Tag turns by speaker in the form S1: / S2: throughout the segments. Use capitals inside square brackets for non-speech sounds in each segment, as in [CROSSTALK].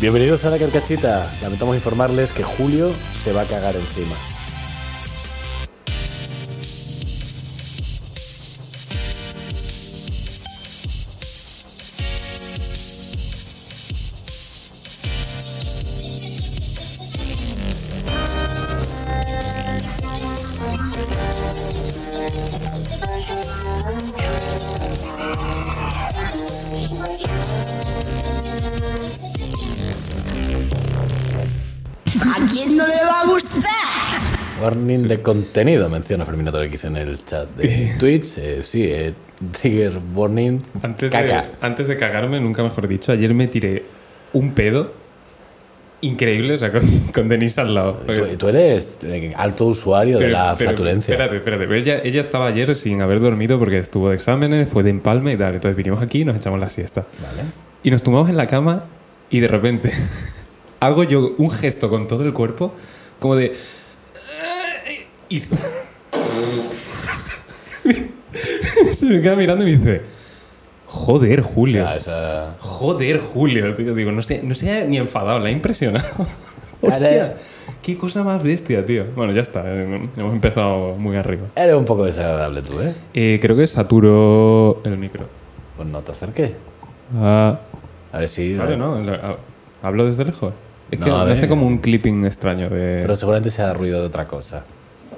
S1: Bienvenidos a la carcachita. Lamentamos informarles que Julio se va a cagar encima.
S2: ¿A quién no le va a gustar?
S1: Warning de contenido, menciona Fermina X en el chat de Twitch. Eh, sí, eh, trigger warning.
S3: Antes de,
S1: caca.
S3: antes de cagarme, nunca mejor dicho, ayer me tiré un pedo increíble, o sea, con, con Denise al lado.
S1: Tú, tú eres eh, alto usuario de la flatulencia.
S3: Espérate, espérate. pero ella, ella estaba ayer sin haber dormido porque estuvo de exámenes, fue de empalme y tal. Entonces vinimos aquí y nos echamos la siesta.
S1: Vale.
S3: Y nos tumbamos en la cama y de repente [LAUGHS] hago yo un gesto con todo el cuerpo, como de. Y [LAUGHS] se me queda mirando y me dice: Joder, Julio.
S1: Ya, esa-
S3: Joder, Julio. Tío, digo, no sé, no sé ni enfadado, la he impresionado. [LAUGHS] Hostia,
S1: Vale.
S3: qué cosa más bestia, tío. Bueno, ya está, eh, hemos empezado muy arriba.
S1: Eres un poco desagradable tú, ¿eh?
S3: Eh, creo que saturo el micro.
S1: Pues no te acerques.
S3: Ah,
S1: A ver si. eh,
S3: vale, no, lo- ha- hablo desde lejos. Es que
S1: No, a
S3: me
S1: ver.
S3: hace como un clipping extraño de...
S1: Pero seguramente sea ruido de otra cosa.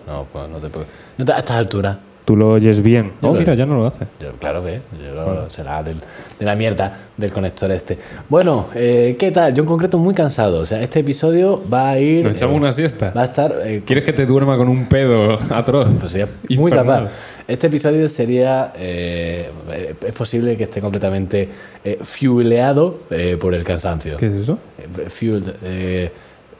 S1: No, pues no te puedo. No te, a estas alturas.
S3: Tú lo oyes bien.
S1: Yo
S3: Oh,
S1: lo-
S3: mira, ya no lo hace.
S1: Yo, claro que yo lo- será del- de la mierda del conector este. Bueno, eh, ¿qué tal? Yo en concreto muy cansado. O sea, este episodio va a ir.
S3: Nos echamos
S1: eh,
S3: una siesta.
S1: Va a estar. eh,
S3: ¿Quieres que te duerma con un pedo [LAUGHS] atroz?
S1: pues sería muy
S3: Infernal.
S1: capaz. Este episodio sería. eh, eh, es posible que esté completamente eh, fueleado eh, por el cansancio.
S3: ¿Qué es eso?
S1: Eh, Fueled. eh,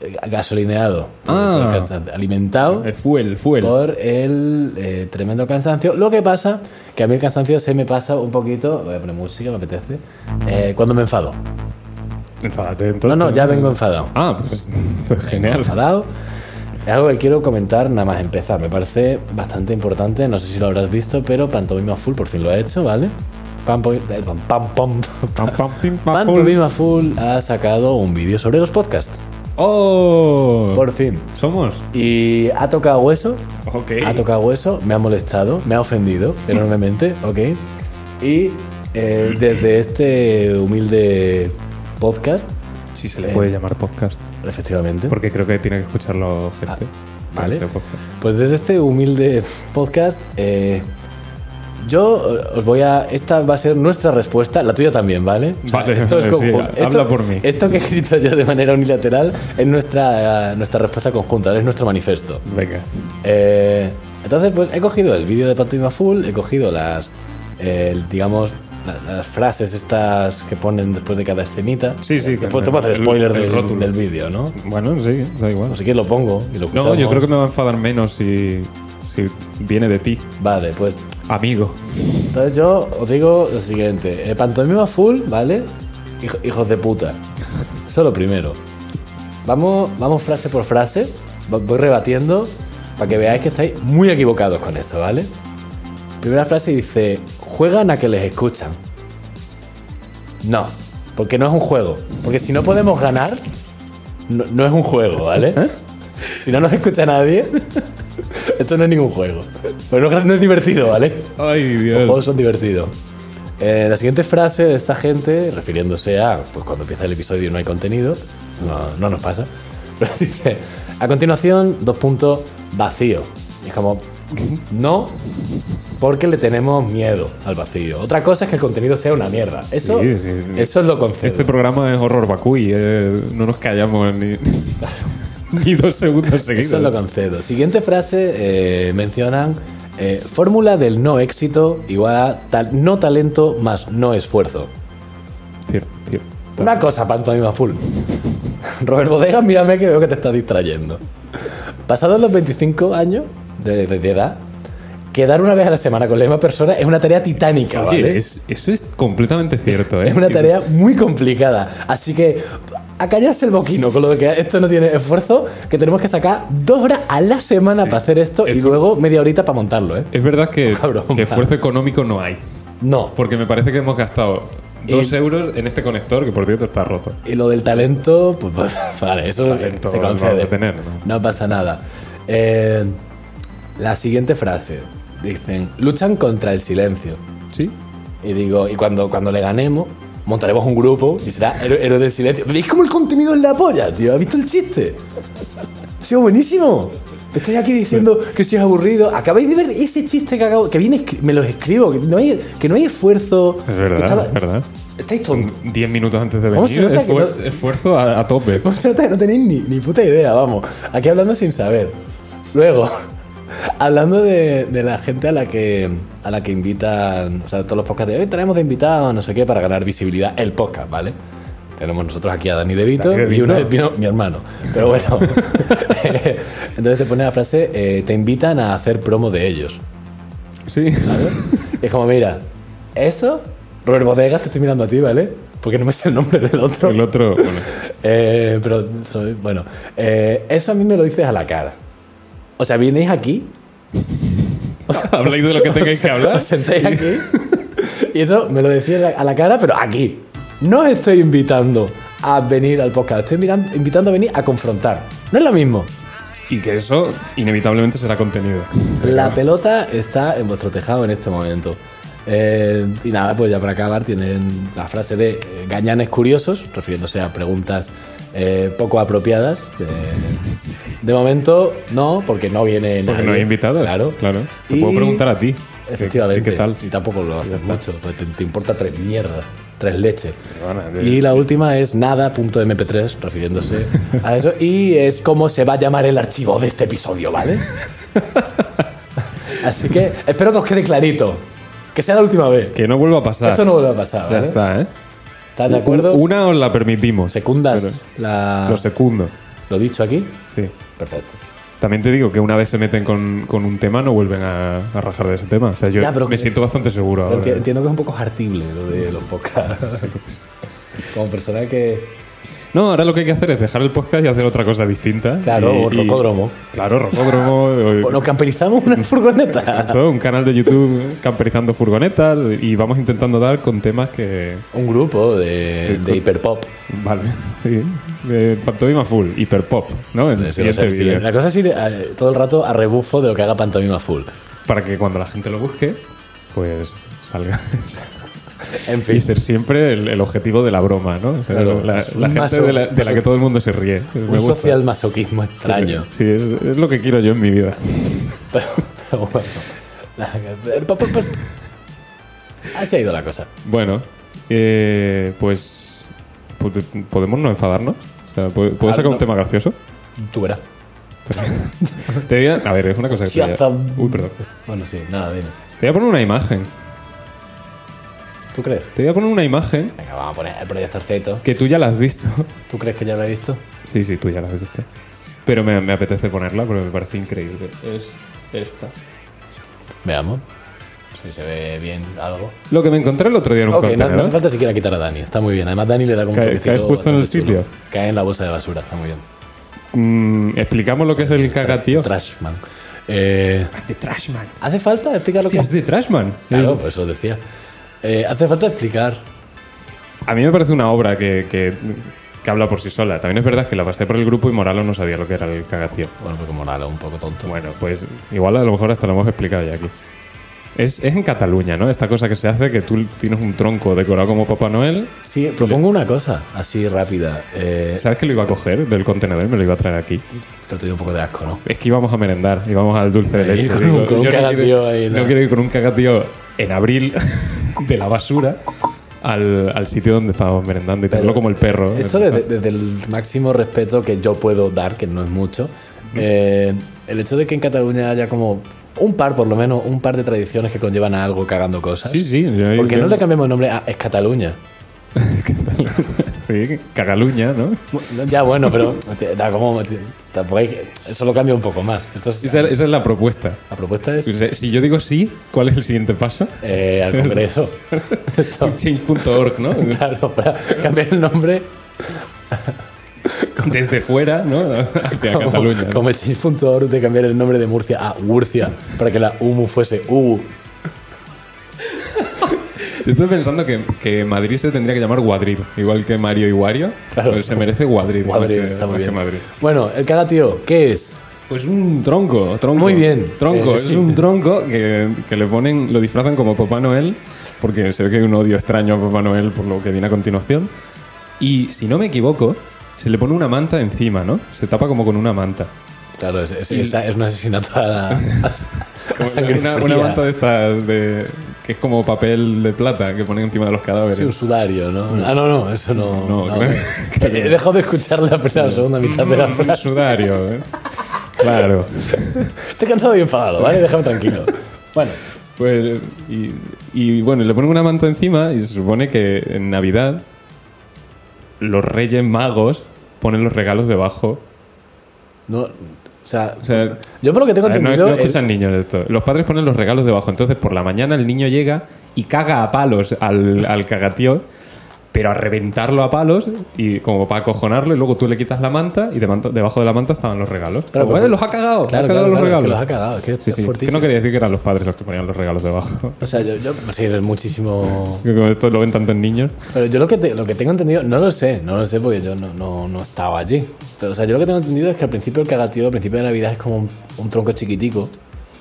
S1: eh, gasolineado. por-
S3: Ah.
S1: por el cansancio. Alimentado.
S3: Eh, Fuel, fuel.
S1: por el eh, tremendo cansancio. Lo que pasa, que a mí el cansancio se me pasa un poquito, voy a poner música, me apetece, eh, cuando me enfado.
S3: Enfádate,
S1: No,
S3: entonces.
S1: no, ya vengo enfadado.
S3: Ah, pues [LAUGHS] esto es
S1: Vengo
S3: genial.
S1: enfadado. Es algo que quiero comentar nada más empezar. Me parece bastante importante, no sé si lo habrás visto, pero Pantomima Full por fin lo ha hecho, ¿vale? Pam, pam, pam, pam, pam.
S3: [LAUGHS] Pam, pam, pim, pam, pum.
S1: Pantomima Full ha sacado un vídeo sobre los podcasts.
S3: ¡Oh!
S1: Por fin.
S3: Somos.
S1: Y ha tocado hueso,
S3: Ok.
S1: Ha tocado hueso, me ha molestado, me ha ofendido enormemente, ok. Y eh, desde este humilde podcast,
S3: Sí, se le
S1: Eh.
S3: puede llamar podcast.
S1: efectivamente,
S3: Porque creo que tiene que escucharlo gente.
S1: Ah, vale.
S3: Tiene que ser podcast.
S1: pues desde este humilde podcast, eh, yo eh, os voy a. Esta va a ser nuestra respuesta, la tuya también, ¿vale?
S3: Vale, sí,
S1: conjun-
S3: habla por mí.
S1: Esto que he escrito yo de manera unilateral es nuestra, eh, nuestra respuesta conjunta, es nuestro manifiesto.
S3: Venga.
S1: Eh, entonces, pues he cogido el vídeo de Pantomima Full, he cogido las, eh, el, digamos, la- las frases estas que ponen después de cada escenita.
S3: Sí, sí,
S1: Te,
S3: que-
S1: puedo- te puedo hacer
S3: el-
S1: spoiler
S3: el
S1: del,
S3: rótulo.
S1: del vídeo, ¿no?
S3: Bueno, sí, da igual.
S1: O si quieres lo pongo y lo
S3: No,
S1: escuchamos.
S3: yo creo que me va a enfadar menos si, si viene de ti,
S1: Vale, pues
S3: amigo.
S1: entonces yo os digo lo siguiente. Eh, Pantomima Full, ¿vale? Hijo- hijos de puta. Eso lo primero. Vamos, vamos frase por frase. Va- Voy rebatiendo para que veáis que estáis muy equivocados con esto, ¿vale? Primera frase dice, juegan a que les escuchan. No, porque no es un juego. Porque si no podemos ganar, no, no es un juego, ¿vale? Si no nos escucha nadie, esto no es ningún juego. Pero no, no es divertido, ¿vale?
S3: Ay,
S1: Los juegos
S3: Dios.
S1: son divertidos. Eh, la siguiente frase de esta gente, refiriéndose a pues, cuando empieza el episodio y no hay contenido, no, no nos pasa, [LAUGHS] pero dice, a continuación, dos puntos, vacío. Y es como, no, porque le tenemos miedo al vacío. Otra cosa es que el contenido sea una mierda. Eso,
S3: Sí, sí, sí.
S1: eso es lo concedo.
S3: Este programa es horror vacui, eh, no nos callamos
S1: [LAUGHS]
S3: ni, ni dos segundos seguidos.
S1: Eso lo concedo. Siguiente frase, eh, mencionan eh, fórmula del no éxito igual a tal- no talento más no esfuerzo.
S3: Cierto, cierto.
S1: Una cosa, pantomima full. Robert Bodegas, mírame que veo que te estás distrayendo. Pasados los 25 años de, de- de edad, quedar una vez a la semana con la misma persona es una tarea titánica,
S3: Oye,
S1: ¿vale?
S3: es- eso es completamente cierto, ¿eh?
S1: Es una tarea muy complicada. Así que a callarse el boquino con lo de que esto no tiene esfuerzo, que tenemos que sacar dos horas a la semana para hacer esto y
S3: Es-
S1: luego media horita para montarlo, ¿eh?
S3: Es verdad que,
S1: Cabrón,
S3: que
S1: vale.
S3: esfuerzo económico no hay.
S1: No.
S3: Porque me parece que hemos gastado Dos euros en este conector, que por cierto está roto.
S1: Y lo del talento, pues, [LAUGHS] pues, vale, eso
S3: Talento
S1: se
S3: no
S1: concede.
S3: lo de tener, ¿no?
S1: pasa nada. Eh, la siguiente frase. Dicen, luchan contra el silencio.
S3: Sí.
S1: Y digo, y cuando, cuando le ganemos, montaremos un grupo y será héroe- héroe del silencio. ¿Veis cómo el contenido es la polla, tío? ¿Has visto el chiste? Ha sido buenísimo. Estáis aquí diciendo que sois aburrido. Acabáis de ver ese chiste que acabo. Que viene, escri- me los escribo, que no hay, que no hay esfuerzo.
S3: Es verdad,
S1: Estaba-
S3: es verdad.
S1: Estáis tontos.
S3: Son 10 minutos antes de
S1: ¿Cómo se
S3: venir,
S1: nota que
S3: esfuer-
S1: no-
S3: esfuerzo a, a tope.
S1: [LAUGHS] O sea, no tenéis ni, ni puta idea, vamos. Aquí hablando sin saber. Luego, [LAUGHS] hablando de, de la gente a la que a la que invitan, o sea, todos los podcasts de hoy traemos de invitados, no sé qué, para ganar visibilidad el podcast, ¿vale? Tenemos nosotros aquí a Dani De Vito
S3: Dani De
S1: y
S3: Vito.
S1: uno de Pino, mi hermano. Pero
S3: [LAUGHS]
S1: bueno, [LAUGHS] entonces te pone la frase, eh, te invitan a hacer promo de ellos.
S3: Sí.
S1: Y es como, mira, eso, Robert Bodegas, te estoy mirando a ti, ¿vale? Porque no me sé el nombre del otro.
S3: [LAUGHS] El otro, bueno, [LAUGHS]
S1: Eh, pero, soy- bueno, eh, eso a mí me lo dices a la cara. O sea, vienes aquí,
S3: habláis de lo que tengáis que hablar.
S1: os sentáis aquí, [LAUGHS] y eso me lo decías a la- a la cara, pero aquí. No os estoy invitando a venir al podcast, estoy miran- invitando a venir a confrontar. No es lo mismo.
S3: Y que eso inevitablemente será contenido.
S1: La pelota está en vuestro tejado en este momento. Eh, y nada, pues ya para acabar tienen la frase de eh, gañanes curiosos, refiriéndose a preguntas eh, poco apropiadas. Eh, de momento no, porque no viene
S3: Porque
S1: nadie.
S3: no hay invitados.
S1: Claro,
S3: claro. Te
S1: Y-
S3: puedo preguntar a ti. ¿Qué-
S1: Efectivamente.
S3: ¿Qué, tal?
S1: Y tampoco lo haces mucho, pues te, te importa tres mierdas, tres leches.
S3: Perdona, de-
S1: Y la última es nada.mp3, refiriéndose a eso. Y es cómo se va a llamar el archivo de este episodio,
S3: [LAUGHS]
S1: ¿vale? Así que espero que os quede clarito. Que sea la última vez.
S3: Que no vuelva a pasar.
S1: Esto no vuelve a pasar,
S3: Ya
S1: ¿vale?
S3: está, ¿eh?
S1: ¿Estás de acuerdo?
S3: Una os la permitimos.
S1: Secundas
S3: Pero-
S1: la-
S3: Lo secundo,
S1: lo dicho aquí.
S3: sí.
S1: Perfecto.
S3: También te digo que una vez se meten con, con un tema, no vuelven a, a rajar de ese tema. O sea, yo
S1: Ya, pero
S3: me
S1: que-
S3: siento bastante seguro
S1: Pero
S3: ahora.
S1: enti- Entiendo que es un poco hartible lo de los podcasts. Como persona que.
S3: No, ahora lo que hay que hacer es dejar el podcast y hacer otra cosa distinta.
S1: Claro,
S3: Y-
S1: o
S3: y-
S1: rocódromo. [LAUGHS]
S3: Claro, rocódromo. o-
S1: O nos camperizamos una furgoneta.
S3: Exacto, un canal de YouTube camperizando furgonetas y vamos intentando dar con temas que...
S1: Un grupo de, de hiperpop.
S3: Vale, [LAUGHS] sí. Eh, pantomima full, hiperpop, ¿no? El
S1: Sí, o sea,
S3: siguiente
S1: sí,
S3: vídeo.
S1: La cosa es ir eh, todo el rato a rebufo de lo que haga Pantomima Full.
S3: Para que cuando la gente lo busque, pues salga. [LAUGHS]
S1: En
S3: y
S1: fin.
S3: ser siempre el, el objetivo de la broma, ¿no? O sea,
S1: Claro,
S3: la
S1: es un
S3: la gente
S1: maso-
S3: de la, de la que todo el mundo se ríe. Me
S1: Un
S3: gusta.
S1: social masoquismo extraño.
S3: Sí, es, es lo que quiero yo en mi vida.
S1: Pero, pero bueno. La- el pop- pop- Así ha ido la cosa.
S3: Bueno, eh, pues pod- podemos no enfadarnos. O sea, ¿pu- ¿Puedo
S1: Claro,
S3: sacar
S1: Ah, no.
S3: un tema gracioso?
S1: Tú verás.
S3: Te voy a, a ver, es una cosa que...
S1: Sí,
S3: te voy a-
S1: hasta-
S3: Uy, perdón.
S1: Bueno, sí, nada, dime.
S3: Te voy a poner una imagen.
S1: ¿Tú crees?
S3: Te voy a poner una imagen
S1: Venga, vamos a poner el proyectorceto.
S3: que tú ya la has visto. [LAUGHS]
S1: ¿Tú crees que ya lo he visto?
S3: Sí, sí, tú ya la has visto. Pero me, me apetece ponerla porque me parece increíble. Es esta.
S1: Veamos. Si se ve bien algo.
S3: Lo que me encontré el otro día en un
S1: Ok, no, no
S3: contenedor.
S1: hace falta siquiera quitar a Dani. Está muy bien. Además, Dani le da como un
S3: Cae-
S1: toquecito
S3: cae justo en el
S1: bastante chulo.
S3: sitio.
S1: Cae en la bolsa de basura. Está muy bien.
S3: Mm, Explicamos lo que es el cagatío.
S1: Trashman. Eh,
S3: De Trashman.
S1: ¿Hace falta explicar lo que
S3: Es
S1: es?
S3: de Trashman.
S1: Claro, pues eso decía. Eh, hace falta explicar.
S3: A mí me parece una obra que, que- que habla por sí sola. También es verdad que la pasé por el grupo y Moralo no sabía lo que era el cagatío.
S1: Bueno, pues como nada, un poco tonto.
S3: Bueno, pues igual a lo mejor hasta lo hemos explicado ya aquí. Es, es en Cataluña, ¿no? Esta cosa que se hace que tú tienes un tronco decorado como Papá Noel.
S1: Sí, propongo una cosa, así rápida. Eh,
S3: ¿Sabes que lo iba a coger del contenedor? Me lo iba a traer aquí.
S1: pero te dio un poco de asco, ¿no?
S3: Es que íbamos a merendar, íbamos al dulce de
S1: Y
S3: leche.
S1: con un- con un
S3: yo no,
S1: cagatío
S3: quiero,
S1: ahí, ¿no?
S3: no quiero ir con un cagatío en abril [LAUGHS] de la basura al, al sitio donde estábamos merendando y tenerlo como el perro. ¿eh?
S1: Esto desde, desde el máximo respeto que yo puedo dar, que no es mucho, eh, el hecho de que en Cataluña haya como un par, por lo menos, un par de tradiciones que conllevan a algo cagando cosas.
S3: Sí, sí. yo-
S1: Porque
S3: yo-
S1: no le cambiamos el nombre a Es Cataluña.
S3: [LAUGHS] Sí, cagaluña, ¿no?
S1: Ya bueno, pero da como- tampoco hay que- eso lo cambia un poco más. Esto es-
S3: Esa, esa es la propuesta.
S1: la propuesta es
S3: O sea, Si yo digo sí, ¿cuál es el siguiente paso?
S1: eh, al Congreso. Esto- [LAUGHS]
S3: Change.org, ¿no?
S1: Claro, para cambiar el nombre
S3: Desde fuera, ¿no? Hacia
S1: como,
S3: Cataluña. ¿no?
S1: como el change.org de cambiar el nombre de Murcia a Murcia para que la UMU fuese U.
S3: Yo estoy pensando que, que Madrid se tendría que llamar Guadrid, igual que Mario y Wario.
S1: Claro.
S3: pues se merece Guadrid. más
S1: Madrid,
S3: que-
S1: está muy
S3: más que
S1: bien.
S3: Madrid.
S1: Bueno, el cagatío, ¿qué es?
S3: Pues un tronco, tronco.
S1: Muy bien.
S3: Tronco,
S1: Eh,
S3: es
S1: sí.
S3: un tronco que, que le ponen, lo disfrazan como Papá Noel, porque se ve que hay un odio extraño a Papá Noel por lo que viene a continuación. Y si no me equivoco, se le pone una manta encima, ¿no? Se tapa como con una manta.
S1: Claro, es, es, es- es un asesinato a,
S3: [LAUGHS]
S1: la- a- a
S3: Como
S1: sangre
S3: una,
S1: fría.
S3: una manta de estas de, que es como papel de plata que ponen encima de los cadáveres.
S1: Sí, un sudario, ¿no? Ah, no, no, eso no.
S3: No, claro.
S1: He dejado de escuchar la primera segunda mitad de la
S3: Mm, un
S1: frase.
S3: sudario, ¿eh?
S1: [LAUGHS]
S3: Claro.
S1: Estoy cansado y enfadado, ¿vale? Déjame
S3: [LAUGHS]
S1: tranquilo. Bueno,
S3: Pues, y, y, bueno, le ponen una manta encima y se supone que en Navidad los reyes magos ponen los regalos debajo.
S1: no. O sea,
S3: O sea,
S1: yo por lo que tengo
S3: a ver, no,
S1: entendido. eh,
S3: no
S1: el-
S3: escuchan niños esto. Los padres ponen los regalos debajo. Entonces por la mañana el niño llega y caga a palos al, al cagatío, pero a reventarlo a palos y como para acojonarlo y luego tú le quitas la manta y de manto- debajo de la manta estaban los regalos.
S1: Claro,
S3: Como,
S1: pero-
S3: "Eh, los ha cagado,
S1: claro,
S3: ha
S1: claro,
S3: cagado los
S1: claro,
S3: regalos.
S1: que los ha cagado. Que,
S3: Sí,
S1: es
S3: sí. Que
S1: fuertísimo.
S3: no quería decir que eran los padres los que ponían los regalos debajo. [LAUGHS]
S1: O sea, yo, yo sí, es muchísimo.
S3: Que con esto lo ven tantos niños.
S1: Pero yo lo que, te- lo que tengo entendido, no lo sé, no lo sé porque yo no, no, no estaba allí. Pero, o sea, yo lo que tengo entendido es que al principio el cagatío, al principio de Navidad es como un, un tronco chiquitico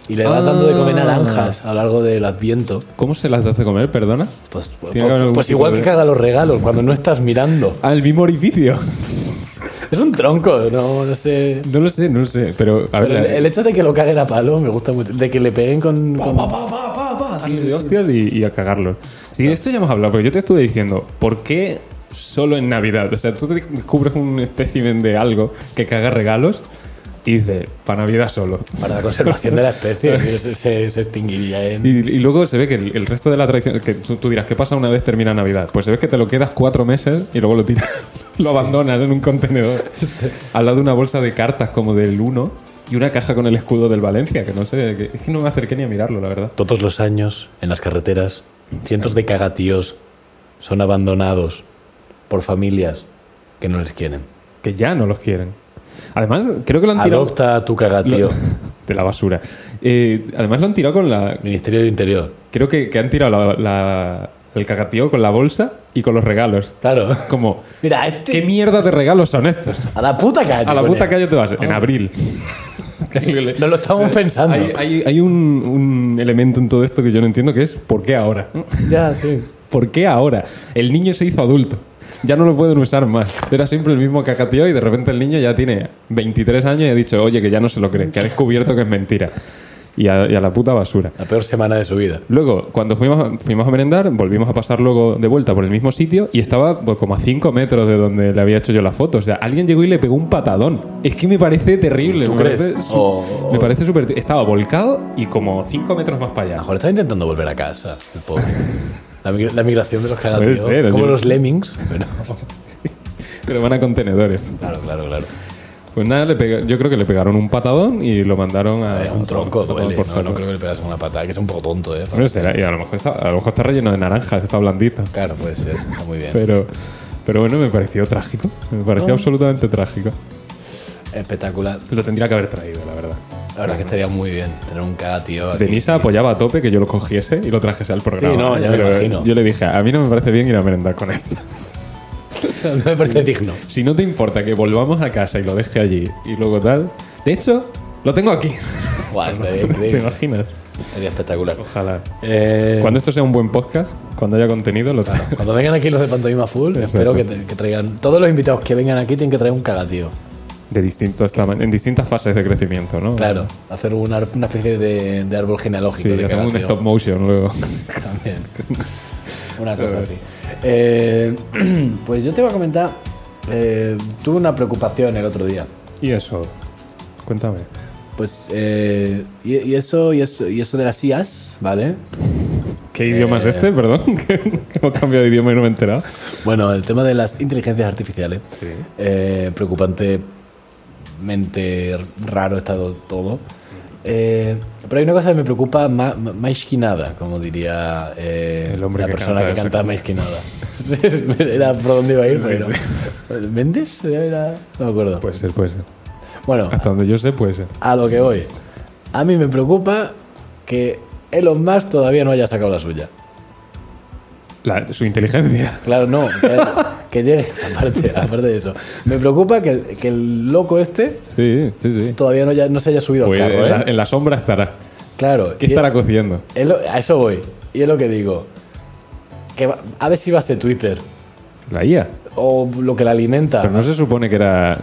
S1: y le vas dando de comer
S3: Ah.
S1: naranjas a lo largo del adviento.
S3: ¿Cómo se las hace comer, perdona?
S1: Pues, pues,
S3: Tiene que haber algún
S1: pues
S3: tipo
S1: igual
S3: de-
S1: que caga los regalos cuando no estás mirando.
S3: Ah, el mismo orificio. [LAUGHS]
S1: Es un tronco, no, no sé.
S3: No lo sé, no lo sé. Pero, a ver,
S1: Pero el, el hecho de que lo caguen a palo me gusta mucho. De que le peguen con. con-
S3: darles de hostias y, y a cagarlos. Sí, de esto ya hemos hablado, porque yo te estuve diciendo, ¿por qué solo en Navidad? O sea, tú te descubres un espécimen de algo que caga regalos y dices, para Navidad solo.
S1: Para la conservación de la
S3: [LAUGHS]
S1: especie, que se, se- se extinguiría en.
S3: Y, y luego se ve que el, el resto de la tradición, que tú, tú dirás, ¿qué pasa una vez termina Navidad? Pues se ve que te lo quedas cuatro meses y luego lo tiras, [LAUGHS] lo abandonas en un contenedor. al lado de una bolsa de cartas como del 1 y una caja con el escudo del Valencia, que no sé, que- es que no me acerqué ni a mirarlo, la verdad.
S1: Todos los años, en las carreteras, cientos de cagatíos son abandonados por familias que no les quieren.
S3: Que ya no los quieren. Además, creo que lo han tirado...
S1: Adopta a tu cagatío.
S3: lo- [LAUGHS] de la basura. Eh, además lo han tirado con la...
S1: Ministerio del Interior.
S3: Creo que, que han tirado la- la- el cagatío con la bolsa y con los regalos.
S1: Claro.
S3: Como...
S1: Mira,
S3: ¿Qué
S1: este.
S3: mierda de regalos son estos?
S1: A la puta calle.
S3: A la
S1: con
S3: puta
S1: él.
S3: calle te vas, en abril.
S1: No lo estábamos pensando.
S3: Hay, hay- hay un, un elemento en todo esto que yo no entiendo que es ¿por qué ahora?
S1: Ya, sí.
S3: ¿Por qué ahora? El niño se hizo adulto. Ya no lo pueden usar más. Era siempre el mismo cacateo y de repente el niño ya tiene 23 años y ha dicho, oye, que ya no se lo cree, que ha descubierto que es mentira. Y a- y a la puta basura.
S1: La peor semana de su vida.
S3: Luego, cuando fuimos a, fuimos a merendar, volvimos a pasar luego de vuelta por el mismo sitio y estaba pues, como a 5 metros de donde le había hecho yo la foto. O sea, alguien llegó y le pegó un patadón. Es que me parece terrible.
S1: ¿Tú
S3: me,
S1: crees?
S3: Parece, su-
S1: O-
S3: me parece súper... Estaba volcado y como 5 metros más para
S1: A lo
S3: allá.
S1: mejor está intentando volver a casa, el pobre. La, migra- la migración de los cagatíos.
S3: Puede ser,
S1: como
S3: yo-
S1: los lemmings. pero- [LAUGHS]
S3: Pero van a contenedores.
S1: claro, claro, claro.
S3: Pues nada, le pega- yo creo que le pegaron un patadón y lo mandaron a...
S1: Es un tronco,
S3: a tomar
S1: duele.
S3: por
S1: No,
S3: saco.
S1: no creo que le pegas una patada, que es un poco tonto, ¿eh?
S3: No sé, y a lo mejor está, a lo mejor está relleno de naranjas, está blandito.
S1: Claro, puede ser. Está muy bien.
S3: Pero, pero bueno, me pareció trágico. Me pareció
S1: Ah.
S3: absolutamente trágico.
S1: Espectacular.
S3: Lo tendría que haber traído, la verdad.
S1: La verdad es que estaría muy bien tener un cagatío. aquí.
S3: Denisa apoyaba a tope que yo lo cogiese y lo trajese al programa.
S1: Sí, no, ya me
S3: Pero
S1: imagino.
S3: Yo le dije, a mí no me parece bien ir a merendar con esto.
S1: No [LAUGHS] me parece digno.
S3: Si no te importa que volvamos a casa y lo deje allí y luego tal. De hecho, lo tengo aquí.
S1: Guau,
S3: [LAUGHS]
S1: estaría
S3: ¿Te
S1: increíble.
S3: imaginas?
S1: Sería
S3: [LAUGHS]
S1: espectacular.
S3: Ojalá.
S1: Eh,
S3: Cuando esto sea un buen podcast, cuando haya contenido, lo traigo.
S1: cuando vengan aquí los de Pantomima Full, espero que, te- que traigan. Todos los invitados que vengan aquí tienen que traer un cagatío.
S3: De distintos tama- en distintas fases de crecimiento, ¿no?
S1: Claro, hacer una, una especie de, de árbol genealógico.
S3: Sí,
S1: de
S3: hacemos un
S1: cagatío.
S3: stop motion luego.
S1: También.
S3: [LAUGHS]
S1: Una cosa así. Eh, [CLEARS THROAT] pues yo te iba a comentar. eh, tuve una preocupación el otro día.
S3: Y eso. Cuéntame.
S1: Pues. eh, y, y eso, y, eso, y eso de las IAS, ¿vale?
S3: ¿Qué idioma es este? Perdón, [LAUGHS] que que hemos cambiado de idioma y no me he enterado.
S1: Bueno, el tema de las inteligencias artificiales.
S3: Sí.
S1: Eh, preocupantemente raro está do- todo. Eh, pero hay una cosa que me preocupa ma- ma- más que nada, como diría eh,
S3: El hombre
S1: la
S3: que
S1: persona
S3: canta
S1: que
S3: esa
S1: canta
S3: canción.
S1: más que nada. [LAUGHS] era por dónde iba a ir, pero... ¿Mendes? Era- No me acuerdo.
S3: Puede ser, puede ser.
S1: bueno,
S3: Pues, Hasta donde yo sé, puede ser.
S1: a lo que voy. A mí me preocupa que Elon Musk todavía no haya sacado la suya.
S3: la- su inteligencia.
S1: Claro, no. Que, que llegue. [LAUGHS] Aparte, aparte de eso. Me preocupa que, que el loco este
S3: Sí, sí, sí.
S1: todavía no, ya- no se haya subido
S3: Pues
S1: al carro,
S3: en, la,
S1: ¿eh?
S3: en la sombra estará.
S1: Claro.
S3: ¿Qué
S1: y-
S3: estará cociendo?
S1: es lo- a eso voy. Y es lo que digo. Que va- a ver si va a ser Twitter.
S3: La IA.
S1: O lo que la alimenta.
S3: Pero no se supone que era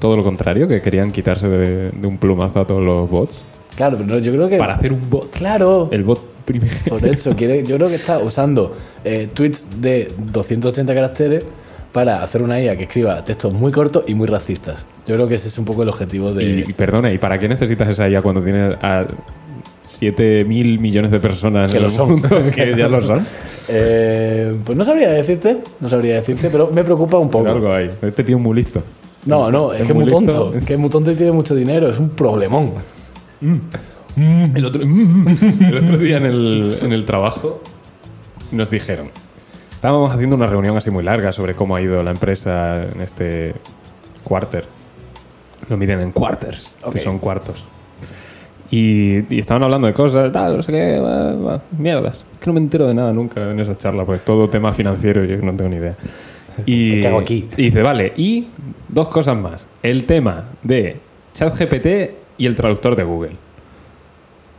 S3: todo lo contrario, que querían quitarse de, de un plumazo a todos los bots.
S1: Claro, pero no, yo creo que.
S3: Para hacer un bot.
S1: Claro.
S3: [LAUGHS] El bot primero.
S1: Por eso, quiere, yo creo que está usando eh, tweets de 280 caracteres para hacer una IA que escriba textos muy cortos y muy racistas. Yo creo que ese es un poco el objetivo de...
S3: [LAUGHS] Y, y perdona, ¿y para qué necesitas esa IA cuando tienes a 7 mil millones de personas
S1: Que
S3: en
S1: lo
S3: el
S1: son.
S3: mundo [LAUGHS] que ya lo son?
S1: Eh, pues no sabría decirte, no sabría decirte, pero me preocupa un
S3: Pero
S1: poco.
S3: algo hay. Este tío es muy listo.
S1: No, no, es,
S3: Es
S1: que es muy
S3: muy listo.
S1: tonto, es que es muy tonto y tiene mucho dinero, es un problemón.
S3: [LAUGHS] El otro, "Mm, el otro día en el, en el trabajo nos dijeron. Estábamos haciendo una reunión así muy larga sobre cómo ha ido la empresa en este quarter. Lo miden en quarters,
S1: Ok.
S3: que son cuartos. Y, y estaban hablando de cosas, tal, no sé qué, va, va, mierdas. Es que no me entero de nada nunca en esa charla, pues todo tema financiero, yo no tengo
S1: [LAUGHS]
S3: ni idea. Y,
S1: ¿Qué hago aquí?
S3: y dice, vale, y dos cosas más. El tema de ChatGPT y el traductor de Google.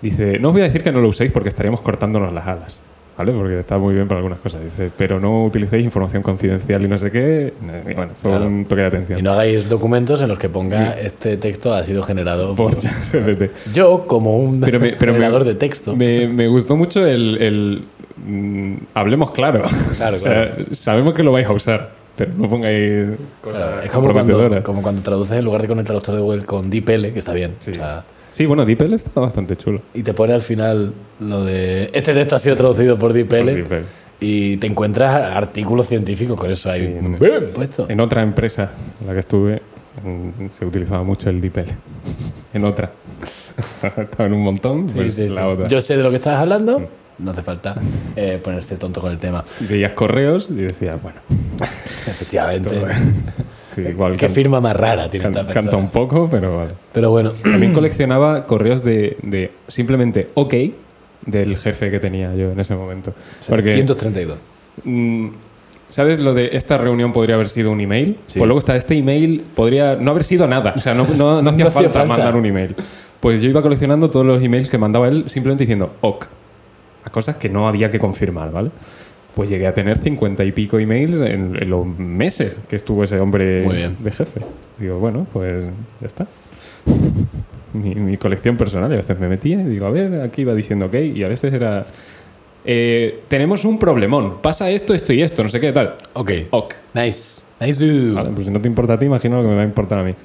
S3: Dice, no os voy a decir que no lo uséis porque estaríamos cortándonos las alas, ¿vale? Porque está muy bien para algunas cosas. Dice, pero no utilicéis información confidencial y no sé qué. Y Bueno, fue
S1: Claro.
S3: un toque de atención.
S1: Y no hagáis documentos en los que ponga este texto ha sido generado
S3: [LAUGHS]
S1: [LAUGHS]
S3: Por
S1: por...
S3: ChatGPT.
S1: Yo, como un
S3: Pero me, pero me-
S1: generador de texto.
S3: Me, me gustó mucho el, el, mm, hablemos claro.
S1: Claro,
S3: [LAUGHS] O sea, Sabemos que lo vais a usar, pero no pongáis cosas
S1: Claro, es como cuando,
S3: comprometedoras.
S1: como cuando traduces en lugar de con el traductor de Google con DeepL, que está bien.
S3: Sí.
S1: o sea,
S3: Sí, bueno, DeepL está bastante chulo.
S1: y te pone al final lo de este texto ha sido traducido por DeepL,
S3: Por DeepL.
S1: y te encuentras artículos científicos con eso ahí
S3: Sí, en-
S1: bien puesto.
S3: En otra empresa en la que estuve mm, se utilizaba mucho el DeepL. [LAUGHS] En otra. [LAUGHS] Estaba en un montón,
S1: Sí,
S3: pues
S1: sí,
S3: la
S1: sí.
S3: otra. Mm.
S1: Yo sé de lo que estás hablando, no hace falta eh, ponerse tonto con el tema.
S3: Veías correos y decías, bueno,
S1: Efectivamente. [LAUGHS]
S3: que igual
S1: Qué
S3: can-
S1: firma más rara tiene
S3: can-
S1: esta persona. Mm.
S3: canta un poco, pero vale.
S1: Pero bueno, [CLEARS THROAT]
S3: También coleccionaba correos de, de simplemente OK del jefe que tenía yo en ese momento. Porque,
S1: 132.
S3: mm, ¿sabes lo de esta reunión podría haber sido un email?
S1: Sí.
S3: Pues luego está este email, podría no haber sido nada. O sea, no, no- no
S1: [LAUGHS]
S3: hacía
S1: No hacía
S3: falta,
S1: falta.
S3: mandar un email. Pues yo iba coleccionando todos los emails que mandaba él simplemente diciendo OK. A cosas que no había que confirmar, ¿vale? Pues llegué a tener cincuenta y pico emails en, en los meses que estuvo ese hombre
S1: Muy bien.
S3: de jefe. Digo, bueno, pues ya está [LAUGHS] mi, mi colección personal. Y a veces me metía y digo, a ver, aquí iba diciendo ok. Y a veces era, eh, tenemos un problemón. Pasa esto, esto y esto, no sé qué tal.
S1: Ok.
S3: Ok.
S1: Nice. Nice dude.
S3: Vale, pues si no te importa a ti, imagino lo que me va a importar a mí.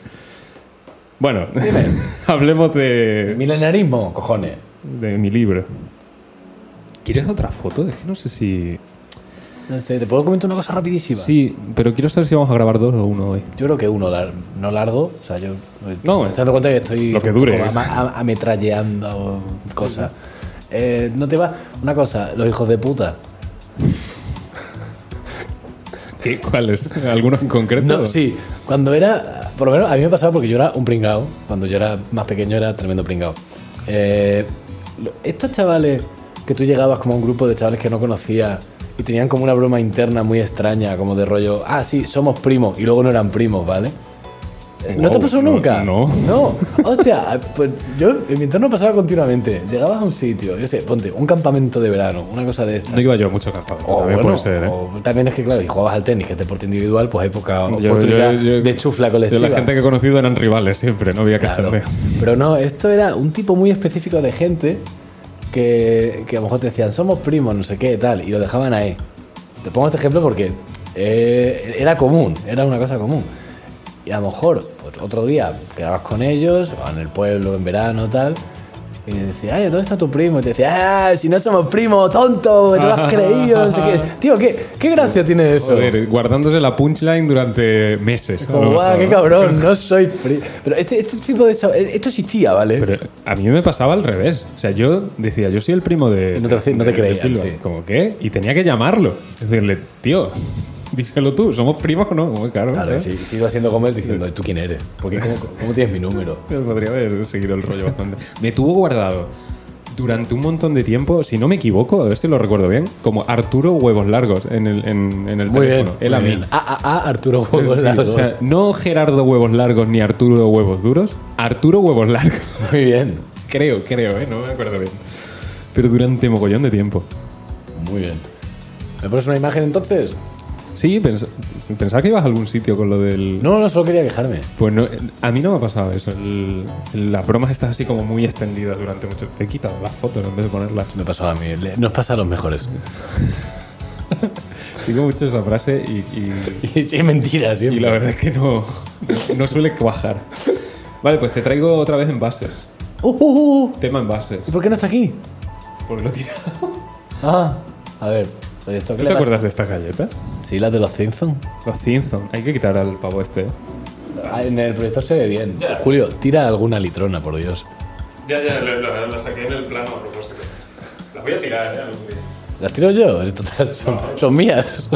S3: Bueno, [LAUGHS] hablemos de,
S1: Milenarismo, cojones.
S3: de mi libro. ¿Quieres otra foto? Es que no sé si...
S1: No sé, Eh, ¿te puedo comentar una cosa rapidísima?
S3: Sí, pero quiero saber si vamos a grabar dos o uno hoy.
S1: Yo creo que uno lar- no largo, o sea, yo
S3: No,
S1: me estoy dando cuenta que estoy
S3: lo que
S1: un poco
S3: dure. ¿eh?
S1: ama- a- ametralleando cosas. Eh, no te va una cosa, los hijos de puta.
S3: ¿Qué? ¿Cuáles? ¿Alguno en concreto?
S1: No, sí, cuando era, por lo menos a mí me pasaba porque yo era un pringao, cuando yo era más pequeño era tremendo pringao. Eh, lo- estos chavales que tú llegabas como a un grupo de chavales que no conocías y tenían como una broma interna muy extraña, como de rollo, ah, sí, somos primos y luego no eran primos, ¿vale? ¿No te
S3: Wow,
S1: pasó
S3: Oh, no,
S1: nunca?
S3: no.
S1: No. Hostia, pues yo en mi entorno pasaba continuamente. Llegabas a un sitio, yo sé, ponte, un campamento de verano, una cosa de estas.
S3: No iba yo mucho cansado.
S1: O,
S3: también
S1: Oh, bueno,
S3: puede ser, ¿eh?
S1: o también es que, claro, y jugabas al tenis, que es deporte individual, pues hay poca
S3: Yo-
S1: oportunidad
S3: yo- yo-
S1: de chufla
S3: Yo
S1: colectiva.
S3: la gente que he conocido eran rivales siempre, no había
S1: Claro.
S3: cachondeo.
S1: Pero no, esto era un tipo muy específico de gente que, que a lo mejor te decían, somos primos, no sé qué, tal, y lo dejaban ahí. Te pongo este ejemplo porque eh, era común, era una cosa común. Y a lo mejor pues, otro día quedabas con ellos, o en el pueblo, en verano, tal. Y decía, ay, ¿dónde está tu primo? Y te decía, ah, si no somos primos, tonto, te lo
S3: [LAUGHS]
S1: has creído, no sé qué. Tío, ¿qué, qué gracia tiene eso?
S3: Joder, guardándose la punchline durante meses. a
S1: Como,
S3: lo
S1: Oh, guau,
S3: mejor.
S1: qué cabrón, no soy pri-". Pero este, este tipo de... chav- Esto existía, ¿vale?
S3: Pero a mí me pasaba al revés. O sea, yo decía, yo soy el primo de.
S1: Y no te- no te
S3: de- de
S1: creían,
S3: Silva.
S1: sí.
S3: Como, ¿qué? Y tenía que llamarlo. Decirle, tío, díselo tú, ¿somos primos o no? Como, claro.
S1: Claro,
S3: ¿eh?
S1: sí, sigo haciendo como él diciendo, ¿tú quién eres? Porque ¿cómo, cómo tienes mi número? [LAUGHS]
S3: Podría haber seguido el rollo bastante. Me tuvo guardado durante un montón de tiempo, si no me equivoco, a ver si lo recuerdo bien, como Arturo Huevos Largos en el, en, en el
S1: Muy bien.
S3: teléfono. él a
S1: muy
S3: mí.
S1: bien. Ah, ah, ah, Arturo Juegos
S3: Sí,
S1: Largos.
S3: o sea, no Gerardo Huevos Largos ni Arturo Huevos Duros, Arturo Huevos Largos. [LAUGHS]
S1: Muy bien.
S3: creo, creo, ¿eh? No me acuerdo bien. Pero durante mogollón de tiempo.
S1: Muy bien. ¿Me pones una imagen entonces?
S3: Sí, pens- pensaba que ibas a algún sitio con lo del...
S1: No, no, solo quería quejarme.
S3: Pues no, a mí no me ha pasado eso. El- las bromas están así como muy extendidas durante mucho He quitado las fotos en vez de ponerlas.
S1: Me pasó a mí. le- Nos pasa a los mejores.
S3: Digo mucho esa frase y, y-
S1: Y [LAUGHS] sí, mentira
S3: y
S1: siempre.
S3: la verdad es que no, no suele cuajar. Vale, pues te traigo otra vez envases.
S1: Uh, uh, uh.
S3: Tema envases.
S1: ¿Y por qué no está aquí?
S3: Porque lo he tirado.
S1: Ah, a ver. ¿esto qué le
S3: ¿Tú te
S1: pasa?
S3: acuerdas de estas galletas?
S1: Sí, las de los Simpsons.
S3: Los Simpsons. Hay que quitar al pavo este. ¿eh?
S1: Ah, en el proyector se ve bien. Julio, tira alguna litrona, por Dios.
S3: Ya, ya, la, saqué en el plano a propósito. Las voy a tirar, ¿eh? Algún día.
S1: ¿Las tiro yo? En total, son, son
S3: [LAUGHS]
S1: mías.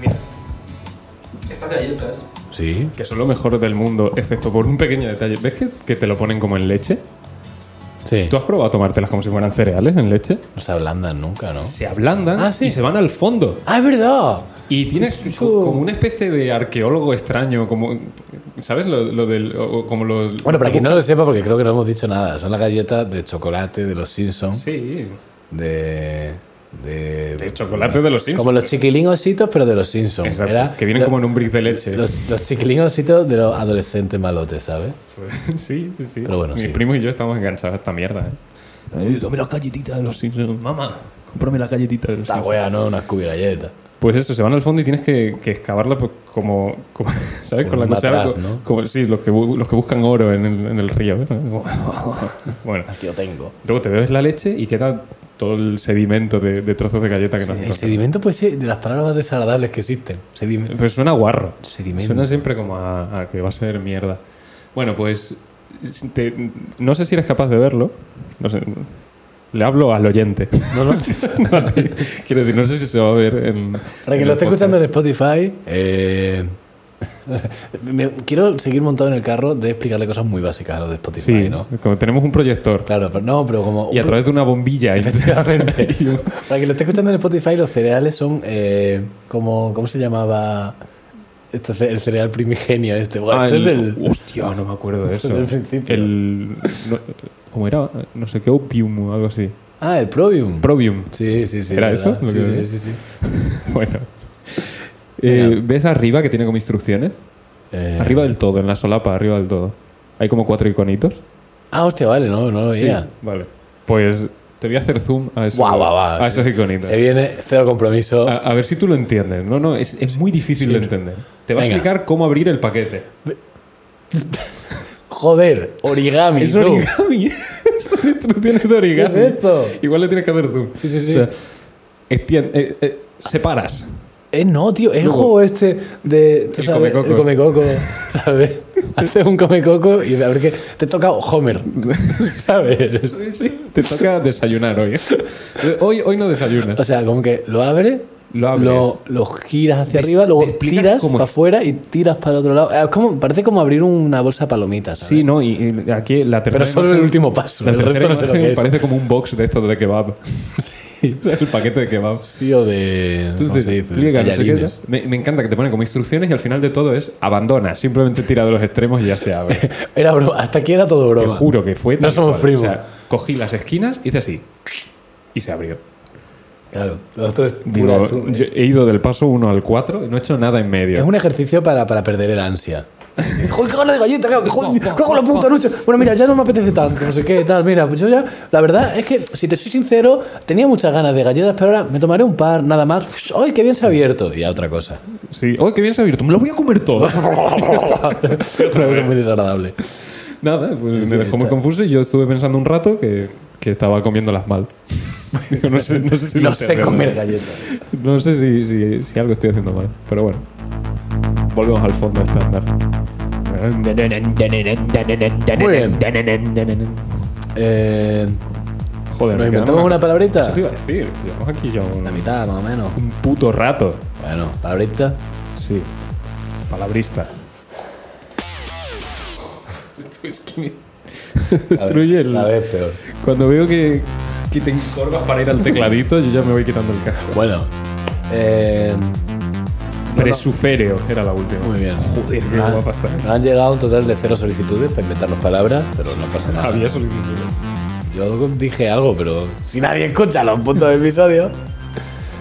S3: Mira,
S4: Estas galletas.
S1: Sí.
S3: que son lo mejor del mundo, excepto por un pequeño detalle. ¿Ves que, que te lo ponen como en leche?
S1: Sí.
S3: ¿Tú has probado a tomártelas como si fueran cereales en leche?
S1: No se ablandan nunca, ¿no?
S3: Se ablandan
S1: Ah, sí.
S3: y se van al fondo.
S1: ¡Ah, es verdad!
S3: Y tienes
S1: Eso-
S3: co- como una especie de arqueólogo extraño, como. ¿Sabes? Lo, lo del. o- o como los.
S1: Bueno, para quien no lo sepa, porque creo que no hemos dicho nada, son las galletas de chocolate de los Simpsons.
S3: Sí.
S1: De. De,
S3: De chocolate de los Simpsons.
S1: Como los chiquilín ositos, pero de los Simpsons.
S3: Exacto.
S1: Era-
S3: que vienen
S1: lo-
S3: como en un brick de leche.
S1: Los, los chiquilín ositos de los adolescentes malotes, ¿sabes?
S3: Pues, [LAUGHS] sí, sí, sí.
S1: Pero bueno,
S3: Mi
S1: sí.
S3: primo y yo estamos enganchados a esta mierda. ¿eh? Dame las galletitas de los Simpsons. Mamá, cómprame las galletitas de los
S1: La wea, no, unas cubi galletas.
S3: Pues eso, se van al fondo y tienes que, que excavarla pues, como, como- [LAUGHS] ¿sabes? Con
S1: Como
S3: la
S1: un
S3: cuchara.
S1: matraz,
S3: co-
S1: ¿no?
S3: como, sí, los que, bu- los que buscan oro en el, en el río. ¿eh? [LAUGHS] bueno,
S1: Aquí lo tengo.
S3: luego te bebes la leche y queda todo el sedimento de, de trozos de galleta que no has
S1: El
S3: cortado.
S1: sedimento puede ser de las palabras más desagradables que existen. Sedimento.
S3: Pero suena guarro.
S1: Sedimento.
S3: Suena siempre como a, a que va a ser mierda. Bueno, pues te- no sé si eres capaz de verlo. No sé. Le hablo al oyente.
S1: No,
S3: [LAUGHS]
S1: no.
S3: No, a ti. Quiero decir, no sé si se va a ver en.
S1: Para
S3: en
S1: quien
S3: el
S1: lo esté
S3: podcast.
S1: escuchando en Spotify, eh, [LAUGHS] me- quiero seguir montado en el carro de explicarle cosas muy básicas a los de Spotify,
S3: Sí,
S1: ¿no?
S3: como tenemos un proyector.
S1: Claro, pero no, pero como.
S3: Y a través de una bombilla.
S1: Efectivamente.
S3: [LAUGHS] Y un-
S1: Para quien lo esté escuchando en Spotify, los cereales son eh, como. ¿Cómo se llamaba? Este ce- el cereal primigenio este. Buah,
S3: Ah,
S1: esto es
S3: el-
S1: del.
S3: Hostia, no me acuerdo de
S1: Esto
S3: eso.
S1: es del principio.
S3: El, no- ¿Cómo era? No sé qué, opium o algo así.
S1: Ah, el Probium.
S3: Probium. [LAUGHS]
S1: sí, sí, sí.
S3: ¿Era
S1: ¿verdad?
S3: eso lo
S1: Sí,
S3: que-
S1: sí, sí, sí, sí.
S3: Bueno. Eh,
S1: Venga.
S3: ¿Ves arriba que tiene como instrucciones?
S1: Eh,
S3: Arriba del todo, en la solapa, arriba del todo. Hay como cuatro iconitos.
S1: Ah, hostia, vale, no, no lo veía.
S3: Vale. Pues te voy a hacer zoom a, Ah, eso- Ah.
S1: Guau, guau, guau.
S3: a esos iconitos.
S1: Se viene cero compromiso.
S3: A, a ver si tú lo entiendes. No, no, es, es muy difícil de entender. Te va
S1: Venga.
S3: a explicar cómo abrir el paquete.
S1: Joder, origami.
S3: Es
S1: tú.
S3: origami. [LAUGHS] Son instrucciones de origami.
S1: ¿Qué es esto?
S3: Igual le tienes que hacer zoom.
S1: Sí, sí, sí.
S3: O sea, extien- eh, eh, separas.
S1: Eh, no, tío, es el
S3: Luego-
S1: juego este de. tú
S3: El
S1: sabes,
S3: comecoco.
S1: El comecoco. [LAUGHS] ¿Sabes? Haces un comecoco y a ver qué. Te ha tocado Homer. ¿Sabes?
S3: Te toca desayunar hoy. [LAUGHS] hoy. Hoy no desayunas.
S1: O sea, como que lo abres,
S3: Lo abres.
S1: lo, lo giras hacia
S3: Te-
S1: arriba,
S3: te
S1: luego
S3: explicas
S1: tiras
S3: cómo
S1: para
S3: es.
S1: afuera y tiras para el otro lado. Eh, es como- parece como abrir una bolsa de palomitas. ¿sabes?
S3: Sí, no, y, y aquí la tercera.
S1: pero solo
S3: imagen-
S1: el último paso.
S3: La
S1: el resto
S3: tercera
S1: no sé lo
S3: imagen
S1: que es.
S3: parece como un box de estos de
S1: [LAUGHS]
S3: kebab. Sí. el paquete de kebab.
S1: Sí, o de. ¿cómo
S3: Entonces,
S1: se dice?
S3: pliega, no sé qué.
S1: Tallarines.
S3: Me, me encanta que te ponen como instrucciones y al final de todo es abandona. Simplemente tira de los extremos y ya
S1: [LAUGHS]
S3: se abre.
S1: Era broma. Hasta aquí era todo
S3: Te
S1: broma.
S3: juro que fue. tal
S1: No somos
S3: cual. O
S1: primos.
S3: sea, cogí las esquinas, hice así. Y se abrió.
S1: Claro. Lo otro es. pura
S3: Digo,
S1: chu-
S3: yo he ido del paso 1 al 4 y no he hecho nada en medio.
S1: Es un ejercicio para, para perder el
S3: [LAUGHS]
S1: ansia. Joder, qué gana de galleta, claro, que joder, cago en la puta noche. Bueno, mira, ya no me apetece tanto, no sé qué, tal. Mira, pues yo ya, la verdad es que, si te soy sincero, tenía muchas ganas de galletas, pero ahora me tomaré un par, nada más. Uf, ¡Ay, qué bien se ha abierto! Y a otra cosa.
S3: Sí. ¡Oh, qué bien se ha abierto! ¡Me lo voy a comer
S1: [LAUGHS]
S3: todo!
S1: Una cosa muy desagradable.
S3: Nada, pues me dejó muy confuso y yo estuve pensando un rato que, que estaba comiéndolas [LAUGHS] mal. Digo, no sé, no sé si lo
S1: No
S3: estoy
S1: sé
S3: haciendo
S1: comer
S3: mal.
S1: galletas.
S3: No sé si, si- si algo estoy haciendo mal, pero bueno. Volvemos al fondo estándar.
S1: Muy bien. Eh,
S3: Joder,
S1: ¿Nos
S3: me queda
S1: inventamos una palabrita?
S3: Eso te iba a decir. Llevamos aquí ya un,
S1: la mitad, más o menos.
S3: un puto rato.
S1: Bueno, palabrita.
S3: Sí. Palabrista. [LAUGHS] Esto es que me- [LAUGHS] Destruye el.
S1: La vez peor.
S3: Cuando veo que, que te encorvas para ir al tecladito, yo ya me voy quitando el casco.
S1: Bueno. Eh,
S3: Presuféreo era la última.
S1: muy bien.
S3: Joder, qué
S1: Ah,
S3: guapa estás.
S1: nos han llegado un total de cero solicitudes para inventarnos palabras, pero no pasa nada.
S3: Había solicitudes.
S1: Yo dije algo, pero si nadie escucha los puntos de episodio.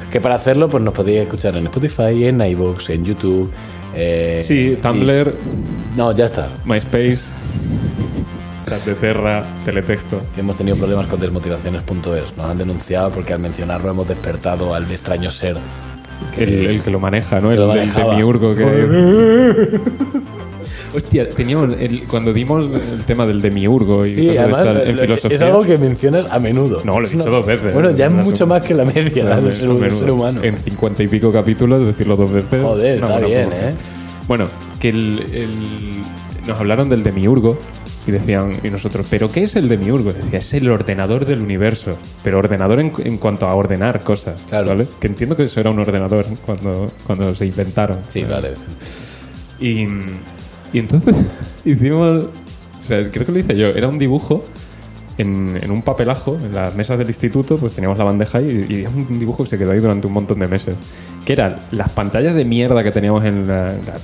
S1: Que para hacerlo, pues nos podéis escuchar en Spotify, en iVoox, en YouTube. eh,
S3: Sí,
S1: y-
S3: Tumblr,
S1: No, ya está.
S3: MySpace, chat de Terra, teletexto.
S1: que hemos tenido problemas con desmotivaciones.es. Nos han denunciado porque al mencionarlo hemos despertado al extraño ser.
S3: El, el que lo maneja, ¿no? El,
S1: lo
S3: el
S1: manejaba.
S3: de Miurgo que... [LAUGHS] Hostia, teníamos el- cuando dimos el tema del de Miurgo y cosas de estas en
S1: lo-
S3: filosofía...
S1: es algo que mencionas a menudo.
S3: No, lo he dicho
S1: No.
S3: dos veces.
S1: Bueno, ya es
S3: Una
S1: mucho
S3: sub-
S1: más que la media
S3: Claro,
S1: del
S3: es
S1: ser,
S3: un
S1: del
S3: menudo.
S1: ser humano.
S3: En cincuenta y pico capítulos, decirlo dos veces.
S1: Joder,
S3: una
S1: está
S3: buena
S1: bien,
S3: proporción.
S1: ¿eh?
S3: Bueno, que el- el- nos hablaron del demiurgo y decían, y nosotros, ¿pero qué es el demiurgo? Decía, es el ordenador del universo. Pero ordenador en, en cuanto a ordenar cosas.
S1: Claro.
S3: ¿vale? Que entiendo que eso era un ordenador cuando, cuando se inventaron.
S1: Sí, vale.
S3: Y, y entonces [LAUGHS] hicimos. O sea, creo que lo hice yo. Era un dibujo en, en un papelajo, en las mesas del instituto, pues teníamos la bandeja ahí y, y era un dibujo que se quedó ahí durante un montón de meses. Que eran las pantallas de mierda que teníamos en, la- la-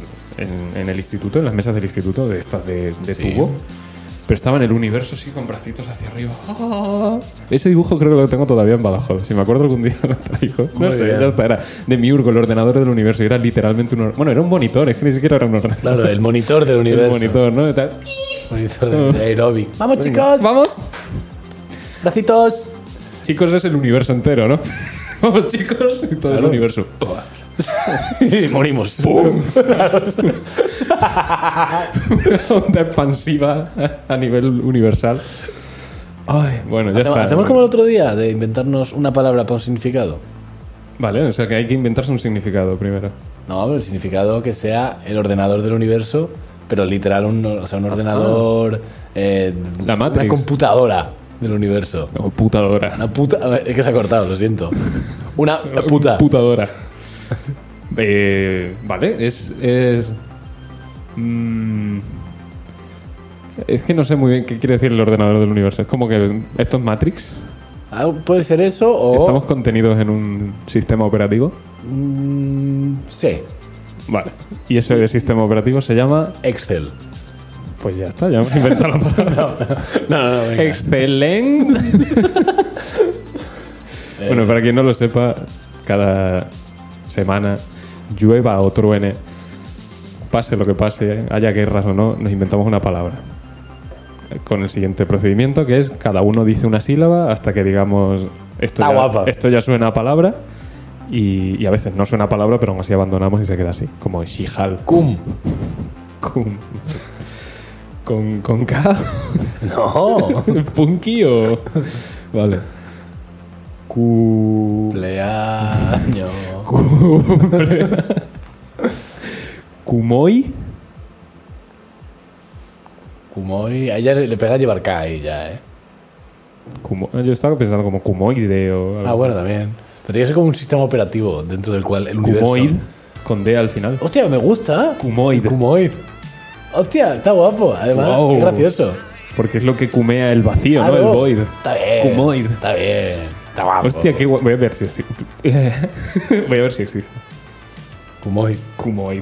S3: en, en el instituto, en las mesas del instituto, de estas de, de
S1: Sí.
S3: tubo. Pero estaba en el universo así con bracitos hacia arriba. ¡Ah! Ese dibujo creo que lo tengo todavía en Badajoz. Si me acuerdo algún día [LAUGHS] lo traigo. No
S1: Muy
S3: sé,
S1: bien.
S3: ya está. Era de Miurgo, el ordenador del universo. Y era literalmente un... or- Bueno, era un monitor. Es que ni siquiera era un ordenador.
S1: Claro, el monitor del
S3: [LAUGHS] El
S1: universo.
S3: monitor, ¿no? Y tal.
S1: Monitor del
S3: [LAUGHS]
S1: aeróbic. Vamos,
S3: Venga,
S1: chicos.
S3: Vamos.
S1: Bracitos.
S3: Chicos, es el universo entero, ¿no? [LAUGHS] Vamos, chicos. Y todo el
S1: Claro.
S3: universo.
S1: [LAUGHS] Y morimos.
S3: [LAUGHS] Una onda expansiva a nivel universal. Ay, bueno, ya
S1: Hacemos,
S3: está.
S1: hacemos como el otro día de inventarnos una palabra para un significado.
S3: Vale, o sea que hay que inventarse un significado primero.
S1: No, pero el significado que sea el ordenador del universo, pero literal, un, o sea, un ordenador. eh,
S3: La Matrix.
S1: Una computadora del universo.
S3: O putadora.
S1: Una puta. a ver, Es que se ha cortado, lo siento. Una puta.
S3: Putadora. [LAUGHS] Eh, vale, es. Es, mm, es que no sé muy bien qué quiere decir el ordenador del universo. Es como que esto es Matrix.
S1: Ah, Puede ser eso o.
S3: Estamos contenidos en un sistema operativo.
S1: Mm, sí,
S3: Vale. Y ese sistema operativo se llama.
S1: Excel.
S3: Pues ya está, ya hemos inventado la palabra.
S1: No, no, no, venga. [LAUGHS]
S3: Excelente. bueno, para quien no lo sepa, cada semana, llueva o truene, pase lo que pase, haya guerras o no, nos inventamos una palabra. Con el siguiente procedimiento, que es cada uno dice una sílaba hasta que digamos esto,
S1: Está
S3: ya,
S1: guapa.
S3: esto ya suena a palabra. Y, y a veces no suena a palabra, pero aún así abandonamos y se queda así, como Shihal.
S1: Cum.
S3: Con, con, con K.
S1: No.
S3: ¿Punky o.? Vale. Cu.
S1: Pleaño.
S3: Kumoy.
S1: Kumoy. A ella le, le pega llevar K ahí ya, ¿eh?
S3: Kumo- ah, Yo estaba pensando como Kumoide o. algo.
S1: Ah, bueno, también. Pero tiene que ser como un sistema operativo dentro del cual el universo.
S3: Kumoid. Con D al final.
S1: Hostia, me gusta.
S3: Kumoid.
S1: Kumoid. Hostia, está guapo. Además,
S3: Wow.
S1: es gracioso.
S3: Porque es lo que cumea el vacío, ¿no?
S1: Claro.
S3: El void.
S1: Está bien.
S3: Kumoid.
S1: Está bien. Está guapo.
S3: Hostia, qué guay. Voy a ver si existe. [LAUGHS] Voy a ver si existe.
S1: Kumoid.
S3: Kumoid.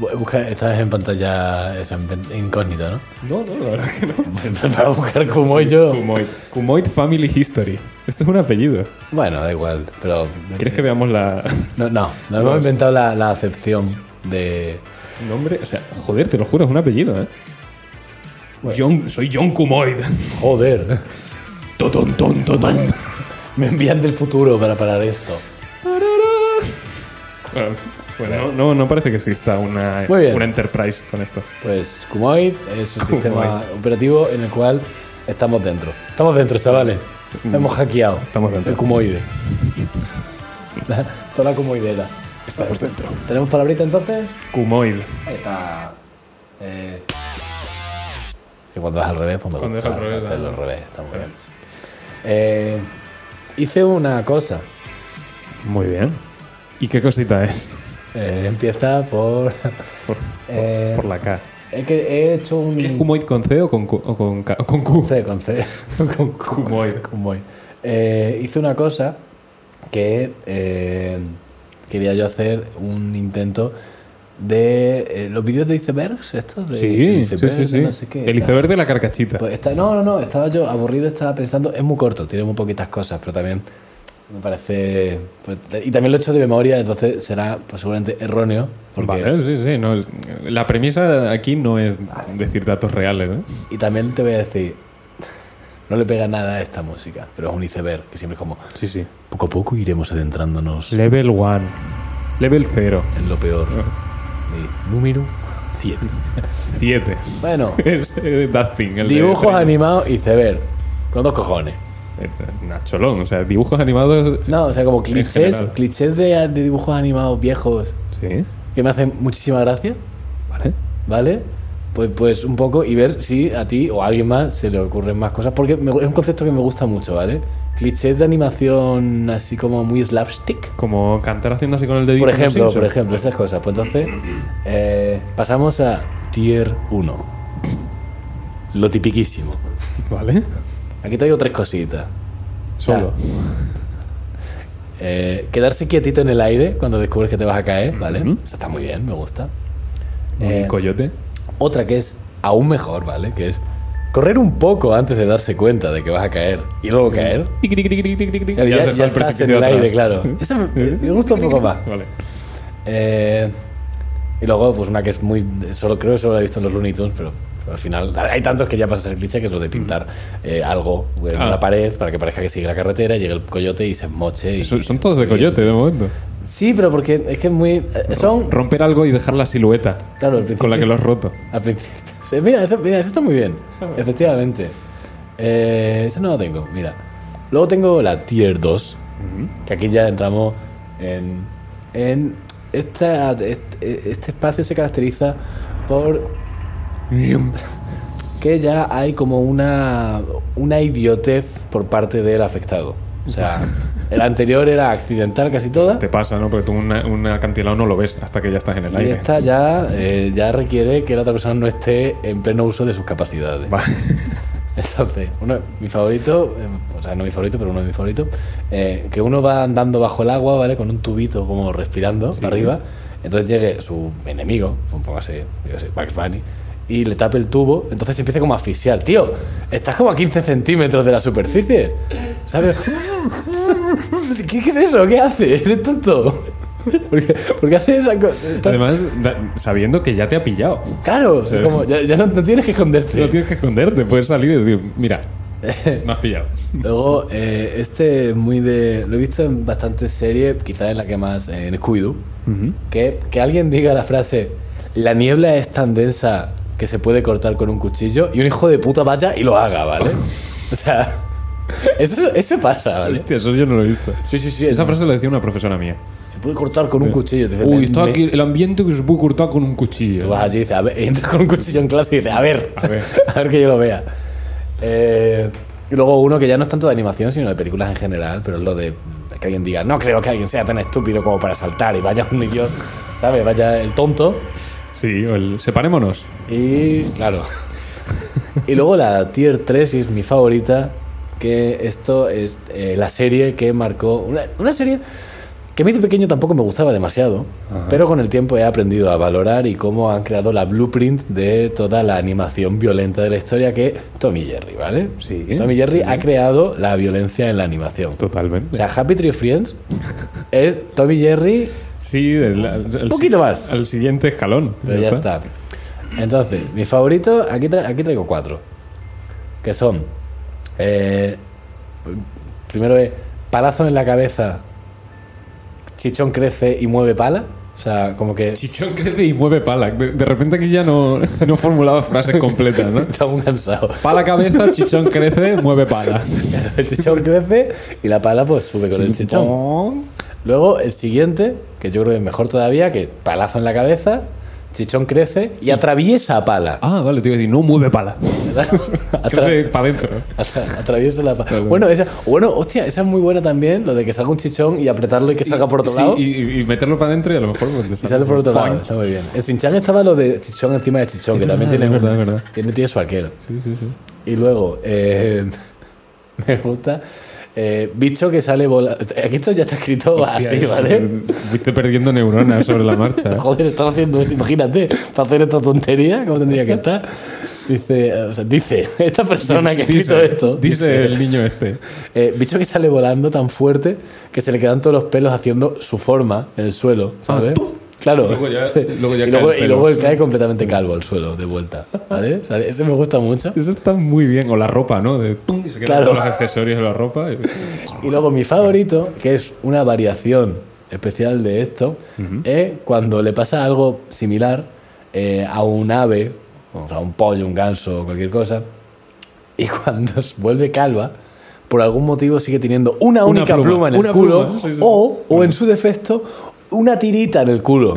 S1: Bu- Busca, estás en pantalla esa en- incógnita, ¿no? [LAUGHS]
S3: No, no, la verdad que no.
S1: Para buscar Kumoid Pues yo.
S3: Kumoid. Kumoid Family History. Esto es un apellido.
S1: Bueno, da igual, pero.
S3: ¿Quieres que veamos la
S1: No, no, no hemos inventado la, la acepción de.
S3: nombre? O sea, joder, te lo juro, es un apellido, ¿eh? John, soy John Kumoid.
S1: Joder, [LAUGHS]
S3: Totón, [LAUGHS] ton, totón.
S1: me envían del futuro para parar esto.
S3: Bueno, bueno, no, no, no parece que exista una,
S1: Muy bien.
S3: una Enterprise con esto.
S1: Pues Kumoid es un
S3: Kumoid.
S1: sistema operativo en el cual estamos dentro. Estamos dentro, chavales. Hemos hackeado.
S3: Mm. Estamos dentro.
S1: El Kumoide. [LAUGHS] Toda la Kumoidera.
S3: Estamos dentro.
S1: ¿Tenemos palabrita entonces?
S3: Kumoid.
S1: Ahí está. Eh... Que cuando es al revés, pues me
S3: Cuando
S1: gusta
S3: es al revés,
S1: hacerlo
S3: ¿no?
S1: al revés. Está muy bien. Eh, hice una cosa.
S3: Muy bien. ¿Y qué cosita es?
S1: Eh, empieza por.
S3: Eh. [LAUGHS] Por,
S1: Eh,
S3: por la K.
S1: Es que he hecho un.
S3: ¿Es Kumoid con C o con, Q- o con, K- o con Q? [LAUGHS]
S1: C, con C.
S3: Con Kumoid.
S1: Convoy. Eh, hice una cosa que eh, quería yo hacer un intento de eh, los vídeos de icebergs, estos de
S3: Sí, sí,
S1: iceberg,
S3: sí, sí.
S1: de no sé qué,
S3: el
S1: tal.
S3: iceberg de la carcachita.
S1: Pues está- no, no, no, estaba yo aburrido, estaba pensando, es muy corto, tiene muy poquitas cosas, pero también me parece... pues, y también lo he hecho de memoria, entonces será pues, seguramente erróneo. Porque,
S3: Vale, sí, sí. no, es- la premisa aquí no es decir datos reales. ¿eh?
S1: Y también te voy a decir, no le pega nada a esta música, pero es un iceberg, que siempre es como,
S3: Sí, sí.
S1: poco a poco iremos adentrándonos
S3: Level 1. Level 0.
S1: en lo peor. Mi número 100.
S3: 7.
S1: Bueno,
S3: [LAUGHS] es eh, Dustin. el de
S1: dibujos
S3: Trello.
S1: animados iceberg. Con dos cojones.
S3: Eh, Nacholón. O sea, dibujos animados.
S1: No, o sea, como clichés,
S3: general.
S1: clichés de, de dibujos animados viejos
S3: Sí.
S1: que me hacen muchísima gracia,
S3: Vale.
S1: ¿vale? Pues, pues un poco y ver si a ti o a alguien más se le ocurren más cosas, porque me- es un concepto que me gusta mucho, ¿vale? Clichés de animación así como muy slapstick.
S3: Como cantar haciendo así con el dedito.
S1: Por
S3: como
S1: ejemplo,
S3: Simpson.
S1: por ejemplo, estas cosas. Pues entonces, eh, pasamos a tier 1. Lo tipiquísimo.
S3: Vale.
S1: Aquí traigo tres cositas.
S3: Solo.
S1: Eh, quedarse quietito en el aire cuando descubres que te vas a caer, ¿vale?
S3: Ujú.
S1: Eso está muy bien, me gusta.
S3: Un
S1: Eh,
S3: coyote.
S1: Otra que es aún mejor, ¿vale? Que es correr un poco antes de darse cuenta de que vas a caer y luego caer.
S3: Tiqui, tiqui, tiqui, tiqui, tiqui, tiqui.
S1: er. Claro, ya,
S3: te
S1: ya
S3: fue
S1: estás en
S3: precipicio
S1: el
S3: atrás.
S1: aire, claro. Eso me, me gusta un poco más.
S3: Vale.
S1: Eh, y luego, pues una que es muy. Solo, creo que solo la he visto en los Looney Tunes, pero, pero al final. Hay tantos que ya pasa a ser cliché, que es lo de pintar eh, algo en
S3: Mm. Ah.
S1: una pared para que parezca que sigue la carretera, llegue el coyote y se moche. Y,
S3: Son, son todos de coyote de momento.
S1: Sí, pero porque es que es muy. eh, Son.
S3: Romper algo y dejar la silueta
S1: Claro, al principio.
S3: con la que lo has roto.
S1: al principio- [LAUGHS] Sí, Mira, eso, mira, eso está muy bien.
S3: Eso me-
S1: Efectivamente. Eh, eso no lo tengo, mira. Luego tengo la Tier 2, que aquí ya entramos en... en esta, este, este espacio se caracteriza por que ya hay como una, una idiotez por parte del afectado. O [LAUGHS] sea, el anterior era accidental casi toda.
S3: Te pasa, ¿no? Porque tú una- un acantilado no lo ves hasta que ya estás en el
S1: Y
S3: aire.
S1: esta ya, eh, ya requiere que la otra persona no esté en pleno uso de sus capacidades.
S3: Vale.
S1: [LAUGHS] Entonces, uno, mi favorito, eh, o sea, no mi favorito, pero uno de mis favoritos, eh, que uno va andando bajo el agua, ¿vale? Con un tubito como respirando para arriba. Entonces llegue su enemigo, póngase, yo qué sé, Bugs Bunny, y le tape el tubo. Entonces se empieza como a asfixiar. Tío, estás como a 15 centímetros de la superficie.
S3: [LAUGHS]
S1: ¿Sabes? ¿Qué, qué es eso? ¿Qué haces? ¿Eres tonto? [LAUGHS] ¿Por qué, por qué haces esa cosa?
S3: Además, da- sabiendo que ya te ha pillado.
S1: Claro, o sea,
S3: Sí.
S1: como, ya, ya no, no tienes que esconderte.
S3: No tienes que esconderte, puedes salir y decir,
S1: [LAUGHS]
S3: mira, me has pillado.
S1: Luego, eh, este es muy de. Lo he visto en bastantes series, quizás es la que más, eh, en Scooby-Doo. que, que alguien diga la frase: La niebla es tan densa que se puede cortar con un cuchillo, y un hijo de puta vaya y lo haga, [LAUGHS] ¿vale? o sea, [LAUGHS] eso, eso pasa, ¿vale?
S3: Hostia, eso yo no lo he visto.
S1: Sí, sí, sí.
S3: Esa frase la decía una profesora mía.
S1: Se puede cortar con un cuchillo. Te dice,
S3: Uy,
S1: "Me-
S3: está
S1: me-".
S3: aquí el ambiente que se puede cortar con un cuchillo.
S1: Tú vas allí y dices, a ver, [LAUGHS] entras con un cuchillo en clase y dices, a ver,
S3: A ver.
S1: [LAUGHS] a ver que yo lo vea. Eh, y luego uno que ya no es tanto de animación, sino de películas en general, pero es lo de que alguien diga, no creo que alguien sea tan estúpido como para saltar y vaya un idiota, [LAUGHS] ¿sabes? Vaya el tonto.
S3: Sí, o el separémonos.
S1: Y claro. [LAUGHS] Y luego la Tier 3 y es mi favorita, que esto es eh, la serie que marcó, una, una serie que a mí de pequeño tampoco me gustaba demasiado,
S3: Ajá.
S1: pero con el tiempo he aprendido a valorar y cómo han creado la blueprint de toda la animación violenta de la historia que Tommy Jerry, ¿vale?
S3: Sí.
S1: Tommy Jerry ha creado la violencia en la animación.
S3: Totalmente.
S1: O sea, Happy Tree Friends es Tommy Jerry
S3: sí, el, el- el-
S1: poquito más.
S3: Al siguiente escalón.
S1: Pero ya está. Entonces, mis favoritos, aquí, tra- aquí traigo cuatro. Que son. eh, primero es palazo en la cabeza. Chichón crece y mueve pala. O sea, como que. [LAUGHS]
S3: Chichón crece y mueve pala. De, de repente aquí ya no, no formulaba frases completas, ¿no?
S1: Está muy cansado.
S3: Pala cabeza, chichón crece, mueve pala.
S1: El chichón crece y la pala pues sube con el chichón. Luego el siguiente, que yo creo que es mejor todavía, que palazo en la cabeza. Chichón crece y atraviesa a pala.
S3: Ah, vale, te iba a decir, no mueve pala.
S1: [LAUGHS] Atra-
S3: Crece para adentro.
S1: atra- [LAUGHS] atraviesa la pala.
S3: Claro.
S1: Bueno, esa, bueno, hostia, esa es muy buena también, lo de que salga un chichón y apretarlo y que salga por otro
S3: Sí,
S1: lado.
S3: Y, y- y meterlo para adentro y a lo mejor. pues, te
S1: Y
S3: sale.
S1: sale por otro lado,
S3: Poing.
S1: está muy bien. En Sinchan estaba lo de chichón encima de chichón, que
S3: Es
S1: también
S3: verdad,
S1: tiene,
S3: es
S1: una-
S3: verdad, es verdad.
S1: tiene, tiene su aquel.
S3: Sí, sí, sí.
S1: Y luego, eh, [LAUGHS] me gusta, eh, bicho que sale vola- Aquí esto ya está escrito
S3: Hostia,
S1: así,
S3: es-
S1: Ah, ¿vale?
S3: Fuiste perdiendo neuronas sobre la
S1: [LAUGHS]
S3: marcha.
S1: Joder, estaba haciendo esto, imagínate, para hacer esta tontería, ¿cómo tendría
S3: [LAUGHS]
S1: que estar? Dice, eh, o sea, dice, [LAUGHS] esta persona que ha escrito
S3: Dice-
S1: esto,
S3: Dice el niño este.
S1: eh, bicho que sale volando tan fuerte que se le quedan todos los pelos haciendo su forma en el suelo, ¿sabes? Claro.
S3: Luego ya-
S1: Sí.
S3: luego ya
S1: y,
S3: cae
S1: luego,
S3: el
S1: y
S3: pelo.
S1: luego él cae completamente calvo al suelo de vuelta, ¿vale? O sea, ese me gusta mucho.
S3: Eso está muy bien. O la ropa, ¿no? De pum, y se quedan
S1: Claro.
S3: todos los accesorios de la
S1: [LAUGHS]
S3: ropa. y-
S1: Y luego mi favorito, que es una variación especial de esto, es cuando le pasa algo similar eh, a un ave, o sea, un pollo, un ganso o cualquier cosa, [LAUGHS] y cuando se vuelve calva, por algún motivo sigue teniendo una,
S3: Una
S1: única pluma,
S3: pluma,
S1: en el
S3: una
S1: culo,
S3: pluma, sí, sí.
S1: o, o en su defecto, una tirita en el
S3: [LAUGHS]
S1: culo.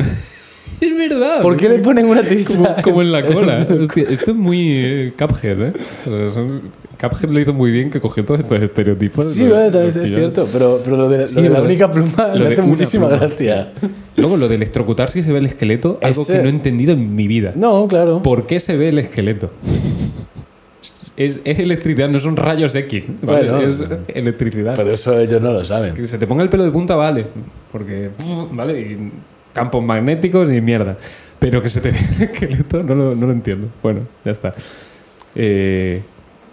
S3: Es verdad.
S1: ¿Por qué le [LAUGHS] ponen una tirita?
S3: Como, como en
S1: [LAUGHS]
S3: la cola. Hostia, esto es muy eh, Cuphead, ¿eh? O sea, son- Cuphead lo hizo muy bien que cogió todos estos estereotipos.
S1: Sí,
S3: los-
S1: vale,
S3: los
S1: también es
S3: pilló.
S1: cierto, pero, pero lo de, lo
S3: Sí,
S1: de la
S3: lo de-
S1: única pluma
S3: lo
S1: me
S3: de
S1: hace
S3: una
S1: muchísima
S3: pluma,
S1: gracia.
S3: Luego, lo del electrocutar si se ve el esqueleto, algo
S1: Ese-
S3: que no he entendido en mi vida.
S1: No, claro.
S3: ¿Por qué se ve el esqueleto? Es, es electricidad, no son rayos X. ¿vale?
S1: Bueno.
S3: es electricidad.
S1: Pero eso ellos no lo saben.
S3: Que se te ponga el pelo de punta, vale. Porque, puf, vale, y campos magnéticos y mierda. Pero que se te [LAUGHS] vea el esqueleto, no lo, no lo entiendo. Bueno, ya está. Eh,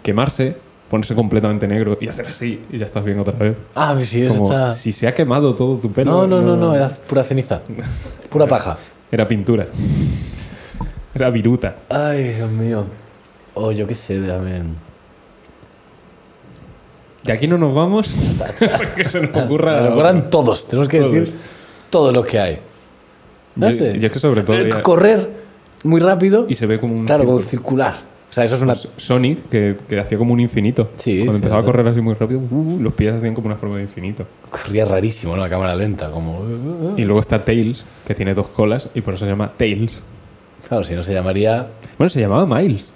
S3: quemarse, ponerse completamente negro y hacer así, y ya estás bien otra vez.
S1: Ah, sí, eso
S3: Como
S1: está.
S3: si se ha quemado todo tu pelo.
S1: no, no, no, no, era pura ceniza. Pura paja.
S3: Era pintura. [LAUGHS] Era viruta.
S1: Ay, Dios mío. Oh, yo qué sé, amén.
S3: De aquí no nos [LAUGHS] vamos. porque se nos ocurra.
S1: Nos recuerdan todos, tenemos que decir todos los que hay. No
S3: Yo-
S1: sé.
S3: yo es que sobre todo
S1: Eh,
S3: ya-
S1: Correr muy rápido.
S3: Y Pues se ve como un.
S1: claro, como
S3: círculo.
S1: circular. O sea, eso es una.
S3: Sonic, que, que hacía como un infinito.
S1: Sí,
S3: Cuando empezaba a
S1: cierto.
S3: correr así muy rápido, uh, los pies hacían como una forma de infinito.
S1: Corría rarísimo, ¿no? La cámara lenta, como. uh,
S3: Y luego está Tails, que tiene dos colas y por eso se llama Tails.
S1: Claro, si no se llamaría.
S3: Bueno, se llamaba Miles.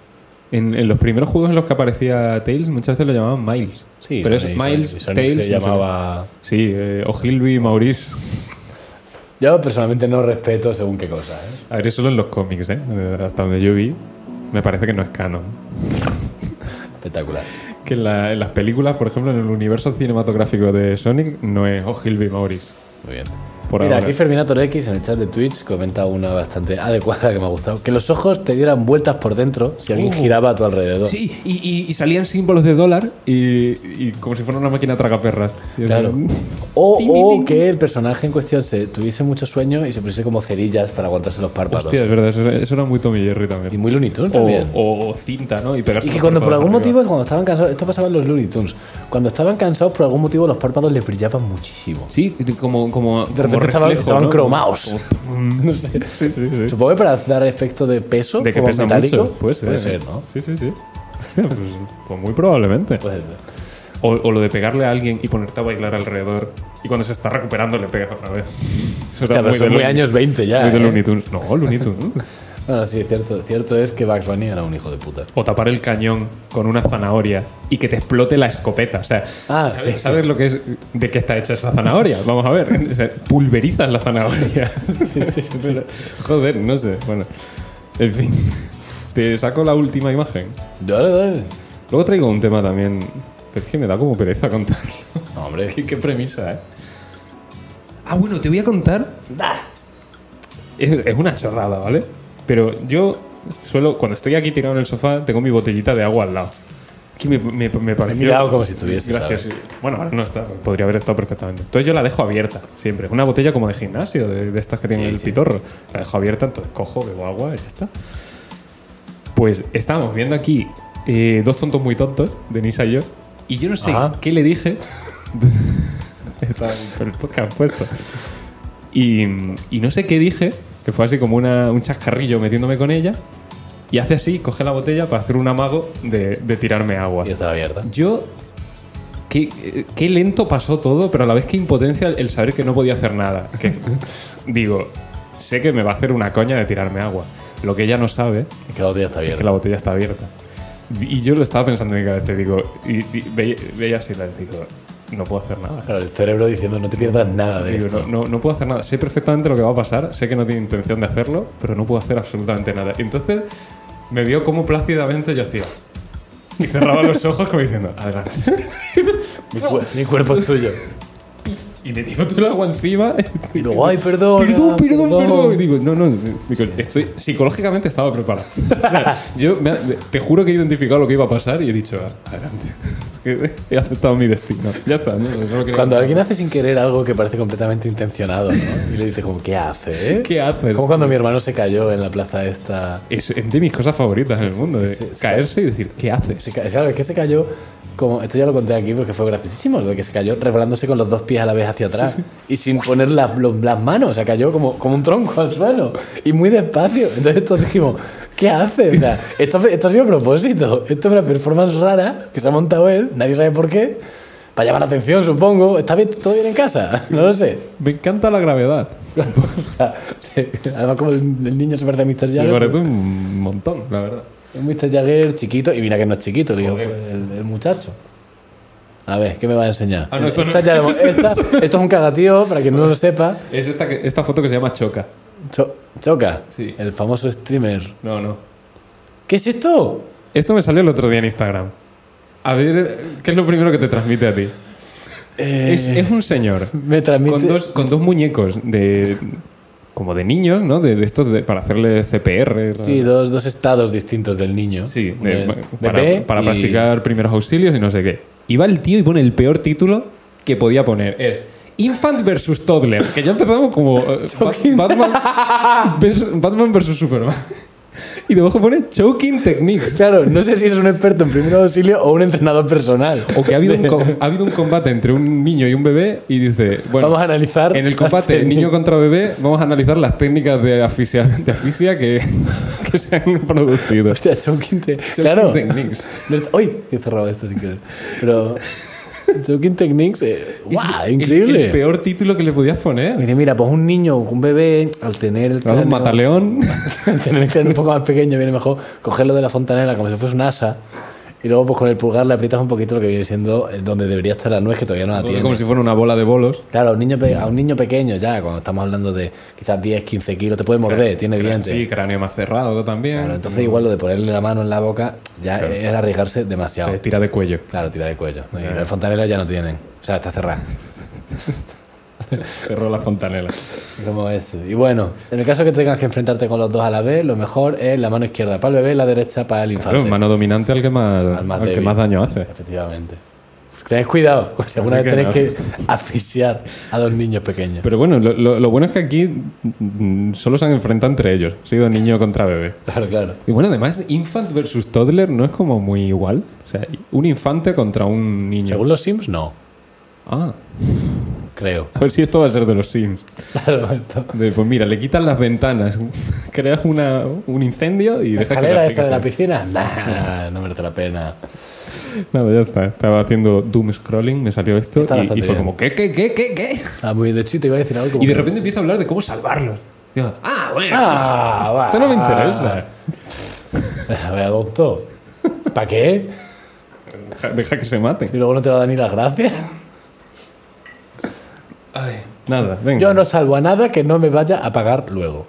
S3: En, en los primeros juegos en los que aparecía Tails, muchas veces lo llamaban Miles.
S1: Sí,
S3: pero
S1: Sonic-
S3: es Miles,
S1: Sonic- Sonic
S3: Tails.
S1: se
S3: no sé
S1: llamaba.
S3: qué. sí, eh, Ogilvy, Maurice.
S1: Yo personalmente no respeto según qué cosa, ¿eh?
S3: A ver, eso solo en los cómics, ¿eh? Eh, Hasta donde yo vi, me parece que no es canon.
S1: Espectacular.
S3: Que en, la- en las películas, por ejemplo, en el universo cinematográfico de Sonic, no es Ogilvy, Maurice.
S1: Muy bien.
S3: Por
S1: Mira,
S3: ahora.
S1: aquí Ferminator X en el chat de Twitch comenta una bastante [LAUGHS] adecuada que me ha gustado. Que los ojos te dieran vueltas por dentro si alguien
S3: Uh.
S1: giraba a tu alrededor.
S3: Sí, y, y- y salían símbolos de dólar y, y como si fuera una máquina tragaperras. Y era
S1: Claro.
S3: como- "Mm,
S1: O,
S3: Ting,
S1: o
S3: ting, ting.
S1: que el personaje en cuestión se tuviese mucho sueño y se pusiese como cerillas para aguantarse los párpados.
S3: Hostia, es verdad, eso, eso era muy Tommy Jerry
S1: Y
S3: también.
S1: muy Looney Tunes
S3: O,
S1: también.
S3: o- o cinta, ¿no? Y, pegarse
S1: y que
S3: los
S1: cuando por
S3: párpados
S1: algún
S3: arriba.
S1: motivo, cuando estaban cansados, esto pasaba en los Looney Tunes, cuando estaban cansados por algún motivo los párpados les brillaban muchísimo.
S3: Sí, y como, como.
S1: De repente estaban, estaban cromados.
S3: mm, No sé. Sí, sí, sí.
S1: Supongo que para dar efecto de peso,
S3: De que
S1: como
S3: pesa
S1: metálico,
S3: mucho. Puede ser.
S1: puede
S3: ¿eh?
S1: ser, ¿no?
S3: Sí, sí, sí. Hostia, pues, pues muy probablemente.
S1: Puede ser.
S3: O, o lo de pegarle a alguien y ponerte a bailar alrededor y cuando se está recuperando le pegas otra vez.
S1: Hostia,
S3: Eso era
S1: pero
S3: muy
S1: son
S3: de
S1: muy
S3: Looney-
S1: años 20 ya.
S3: Muy de
S1: ¿eh?
S3: Looney Tunes. No, Looney Tunes.
S1: Bueno, sí, cierto, cierto es que Bugs Bunny era un hijo de puta.
S3: O tapar el cañón con una zanahoria y que te explote la escopeta. O sea,
S1: Ah,
S3: ¿sabes,
S1: sí.
S3: sabes lo que es de qué está hecha esa zanahoria? Vamos a ver. O sea, pulverizas
S1: [LAUGHS]
S3: la zanahoria. Pero, joder, no sé. Bueno, en fin. Te saco la última imagen.
S1: Dale, dale.
S3: Luego traigo un tema también. pero es que me da como pereza contarlo.
S1: No, hombre.
S3: [LAUGHS] qué, qué premisa, ¿eh? Ah, bueno, te voy a contar. Es, es una chorrada, ¿vale? Pero yo suelo, cuando estoy aquí tirado en el sofá, tengo mi botellita de agua al lado. Que me, me, me pareció.
S1: mirado como si estuviese,
S3: Gracias. Bueno, ahora no está. Podría haber estado perfectamente. Entonces yo la dejo abierta siempre. Una botella como de gimnasio, de, de estas que tienen
S1: Sí,
S3: el
S1: sí.
S3: pitorro. La dejo abierta, entonces cojo, bebo agua y ya está. Pues estábamos viendo aquí eh, dos tontos muy tontos, Denisa y yo. Y yo no sé
S1: Ajá.
S3: qué le dije. [LAUGHS] Está por el podcast puesto. Y, y no sé qué dije, que fue así como una- un chascarrillo metiéndome con ella. Y hace así, coge la botella para hacer un amago de, de tirarme agua.
S1: Y estaba abierta.
S3: Yo. Qué, eh,
S1: [LAUGHS]
S3: qué lento pasó todo, pero a la vez que impotencia el- el saber que no podía hacer nada. Que, digo, sé que me va a hacer una coña de tirarme agua. Lo que ella no sabe
S1: Es que la botella está
S3: es que
S1: abierta.
S3: la botella está abierta. Y yo lo estaba pensando en mi cabeza y digo, y, y veía, veía así la digo, no puedo hacer nada.
S1: Claro, el cerebro diciendo no te pierdas nada de
S3: Digo,
S1: esto.
S3: no, no, no puedo hacer nada. Sé perfectamente lo que va a pasar, sé que no tiene intención de hacerlo, pero no puedo hacer absolutamente nada. Y entonces me vio como plácidamente yo hacía. Y cerraba los ojos como diciendo, adelante.
S1: Mi, cu- mi cuerpo es tuyo.
S3: Y me tiró todo el agua encima.
S1: Y luego, ay, perdón. ah,
S3: Perdón, perdón, perdón. Y digo, no, no. Digo, estoy, psicológicamente estaba preparado. O sea, yo me- te juro que he identificado lo que iba a pasar y he dicho, "Ah, adelante. Es que he aceptado mi destino. Ya está. ¿no? Solo quería-
S1: Cuando alguien hace sin querer algo que parece completamente intencionado, ¿no? Y le dice como, ¿qué hace, eh?
S3: ¿Qué haces?
S1: Como cuando mi hermano se cayó en la plaza esta.
S3: Es de mis cosas favoritas en el mundo. de
S1: sí, sí.
S3: caerse y decir, ¿qué haces?
S1: Se ca- claro, es que se cayó, como esto ya lo conté aquí porque fue graciosísimo, lo de que se cayó rebalándose con los dos pies a la vez hacia atrás y sin poner las, los- las manos, o sea, cayó como, como un tronco al suelo y muy despacio. Entonces todos dijimos, ¿qué hace? O sea, esto, fue- esto ha sido a propósito, esto es una performance rara que se ha montado él, nadie sabe por qué, para llamar la atención supongo, ¿está bien, todo bien en casa? [LAUGHS] No lo sé.
S3: Me encanta la gravedad.
S1: O sea, [LAUGHS] sí, además como el, el niño se parece a Mr.
S3: Se
S1: Jagger, pues,
S3: parece un montón, la verdad.
S1: un Mr. Jagger chiquito, y mira que no es chiquito, digo, el, el muchacho. A ver, ¿qué me va a enseñar?
S3: Ah, no, esto no- [LAUGHS]
S1: Esta ya la hemos- esta- esto es un cagatío, para quien no lo sepa.
S3: Es esta, que- esta foto que se llama Choca.
S1: Cho- Choca,
S3: Sí.
S1: el famoso streamer.
S3: No, no.
S1: ¿Qué es esto?
S3: Esto me salió el otro día en Instagram. A ver, ¿qué es lo primero que te transmite a ti?
S1: Eh,
S3: Es, es un señor
S1: me transmite...
S3: con dos, con dos muñecos de como de niños, ¿no? De, de estos de- para hacerle CPR.
S1: Sí, dos, dos estados distintos del niño.
S3: Sí,
S1: Uno
S3: de-
S1: es DP
S3: para, para
S1: y-
S3: practicar primeros auxilios y no sé qué. Y va el tío y pone el peor título que podía poner. Es Infant versus Toddler, que ya empezamos
S1: [LAUGHS]
S3: como eh, Ba- Batman, vers- Batman versus Superman. [LAUGHS] Y debajo pone Choking Techniques.
S1: Claro, no sé si es un experto en primer auxilio o un entrenador personal.
S3: O que
S1: [LAUGHS]
S3: ha habido, un, co- ha habido un combate entre un niño y un bebé y dice, bueno,
S1: Vamos a analizar...
S3: en el combate niño contra bebé vamos a analizar las técnicas de asfixia, de asfixia que, [LAUGHS] que se han producido.
S1: Hostia, Choking te-
S3: Choking
S1: Pues, Claro.
S3: Techniques.
S1: No está- ¡Uy! He cerrado esto sin querer. Pero. Choking Techniques. eh, ¡Guau! increíble.
S3: El, el peor título que le podías poner.
S1: Me dice, mira, pues un niño, o un bebé, al tener el
S3: Claro,
S1: cráneo- [LAUGHS]
S3: un mataleón.
S1: al tener el cráneo un poco más pequeño, viene mejor cogerlo de la fontanela como si fuese un asa. Y luego, pues con el pulgar le aprietas un poquito lo que viene siendo eh, donde debería estar la nuez, que todavía no la tiene.
S3: Como si fuera una bola de bolos.
S1: Claro, a un, niño pe- a un niño pequeño ya, cuando estamos hablando de quizás 10, 15 kilos, te puede morder, tiene
S3: Cráneo-
S1: dientes.
S3: Sí, cráneo más cerrado también.
S1: Claro, entonces igual lo de ponerle la mano en la boca ya es arriesgarse demasiado.
S3: Te tira de cuello.
S1: Claro, tirar el cuello. Y
S3: Claro.
S1: las fontanelas ya no tienen. O sea, está cerrada.
S3: Cerró la fontanela.
S1: Como eso. Y bueno, en el caso que tengas que enfrentarte con los dos a la vez, lo mejor es la mano izquierda para el bebé, la derecha para el infante.
S3: Claro, mano dominante al que más, al
S1: más
S3: que
S1: débil.
S3: más daño hace.
S1: Efectivamente. Tened cuidado, [LAUGHS] pues si alguna
S3: Así
S1: vez
S3: que
S1: tenéis
S3: no.
S1: que asfixiar a dos niños pequeños.
S3: Pero bueno, lo, lo- lo bueno es que aquí mm, solo se han enfrentado entre ellos. Ha sido niño contra bebé.
S1: Claro, claro.
S3: Y bueno, además, infant versus toddler no es como muy igual. O sea, un infante contra un niño.
S1: Según los Sims, no.
S3: Ah, [LAUGHS]
S1: Creo.
S3: a ver si esto va a ser de los Sims.
S1: Claro, esto.
S3: De, pues mira, le quitan las ventanas, [LAUGHS] creas una, un incendio y
S1: ¿La
S3: dejas que
S1: escalera
S3: las
S1: esa de la
S3: chicas
S1: piscina? Nah, no merece la pena.
S3: se- Nada, ya está. Estaba haciendo doom scrolling, me salió esto
S1: Está
S3: y- y,
S1: bastante
S3: fue
S1: bien.
S3: como, ¿qué, qué, qué, qué, qué?
S1: Ah, muy bien, de hecho, te iba a decir algo como
S3: Y de
S1: que-
S3: repente empieza a hablar de cómo salvarlos. Digo, ah, bueno,
S1: Ah, va.
S3: esto no
S1: [LAUGHS]
S3: me interesa.
S1: Ah. Me adopto. ¿Para qué?
S3: Deja, deja que se maten.
S1: Y luego no te va a dar ni las gracias. [LAUGHS]
S3: Ay, nada, venga.
S1: Yo no salvo a nada que no me vaya a pagar luego.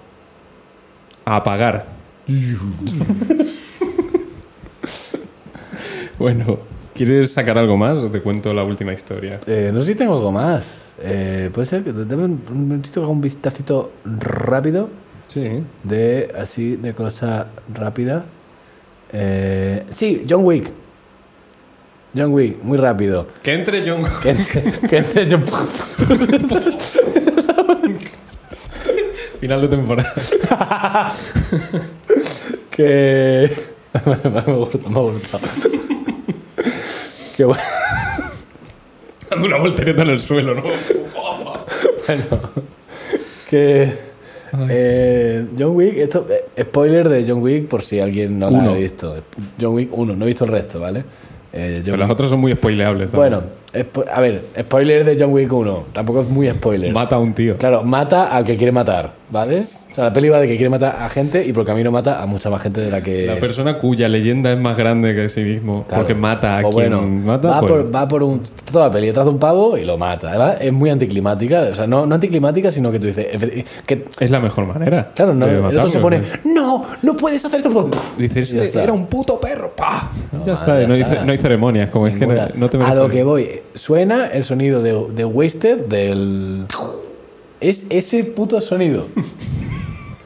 S3: A apagar. bueno, ¿quieres sacar algo más o te cuento la última historia?
S1: Eh, no sé si tengo algo más. Eh, Puede ser que dame un, un minutito que haga un vistacito rápido
S3: Sí.
S1: de así de cosa rápida. Eh, sí, John Wick. John Wick, muy [LAUGHS] rápido.
S3: Que entre John.
S1: Que, que entre John-
S3: Final de temporada. [LAUGHS]
S1: que [LAUGHS] me ha gustado, me ha [LAUGHS] gustado. que bueno.
S3: Dando una voltereta en el suelo, ¿no?
S1: Que. eh, John Wick, esto. eh, Spoiler de John Wick, por si alguien no lo
S3: Uno.
S1: ha visto. John Wick 1, no he visto el resto, ¿vale? Eh, John
S3: Pero las
S1: Wick-
S3: otras son muy spoileables.
S1: bueno, Spo- A ver, spoiler de John Wick 1. Tampoco es muy spoiler.
S3: Mata a un tío.
S1: Claro, mata al que quiere matar, ¿vale? O sea, la peli va de que quiere matar a gente y por camino mata a mucha más gente de la que.
S3: La persona cuya leyenda es más grande que sí mismo,
S1: Claro.
S3: porque mata a
S1: O
S3: quien
S1: bueno,
S3: mata,
S1: va,
S3: pues,
S1: por, va por un. está Toda la peli detrás de un pavo y lo mata. Además, es muy anticlimática. O sea, no, no anticlimática, sino que tú dices. efe- Que,
S3: es la mejor manera.
S1: claro, no,
S3: de
S1: el otro
S3: matarlo,
S1: se pone.
S3: ¿no?
S1: ¡No! ¡No puedes hacer esto!
S3: Dices,
S1: Y ya está.
S3: era un puto perro, pa. ya está,
S1: madre,
S3: no,
S1: ya
S3: Hay,
S1: está.
S3: no hay ceremonias, como es que no,
S1: Ninguna.
S3: no te
S1: A
S3: mereces.
S1: lo que voy. Suena el sonido de, de Wasted del. Es ese puto sonido.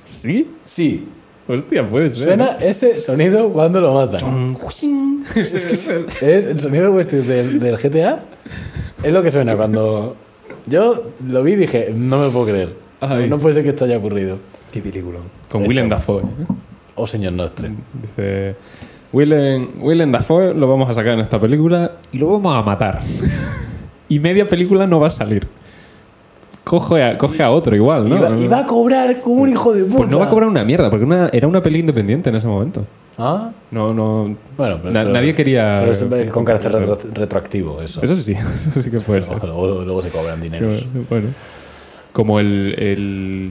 S3: ¿Sí? [LAUGHS]
S1: Sí,
S3: Hostia, puede ser. ¿eh?
S1: suena ese sonido cuando lo matan.
S3: es que es el-
S1: [LAUGHS] Es el sonido de Wasted del, del GTA. Es lo que suena cuando. Yo lo vi y dije, no me lo puedo creer.
S3: Ay.
S1: No puede ser que esto haya ocurrido.
S3: Qué película. Con Willem Dafoe. ¿eh?
S1: O señor Nostre.
S3: Dice. Willem, Willem Dafoe lo vamos a sacar en esta película y lo vamos a matar. [LAUGHS] y media película no va a salir. Coge a, coge a otro igual, ¿no?
S1: Iba, iba a cobrar como un hijo de puta.
S3: Pues no va a cobrar una mierda, porque una- era una peli independiente en ese momento.
S1: Ah,
S3: No, no.
S1: bueno, pero-
S3: na-
S1: pero-
S3: nadie quería.
S1: pero esto es con carácter retro- retroactivo, eso.
S3: Eso sí, [LAUGHS] eso sí que puede ser.
S1: Luego, luego se cobran dineros.
S3: Bueno. Como el, el,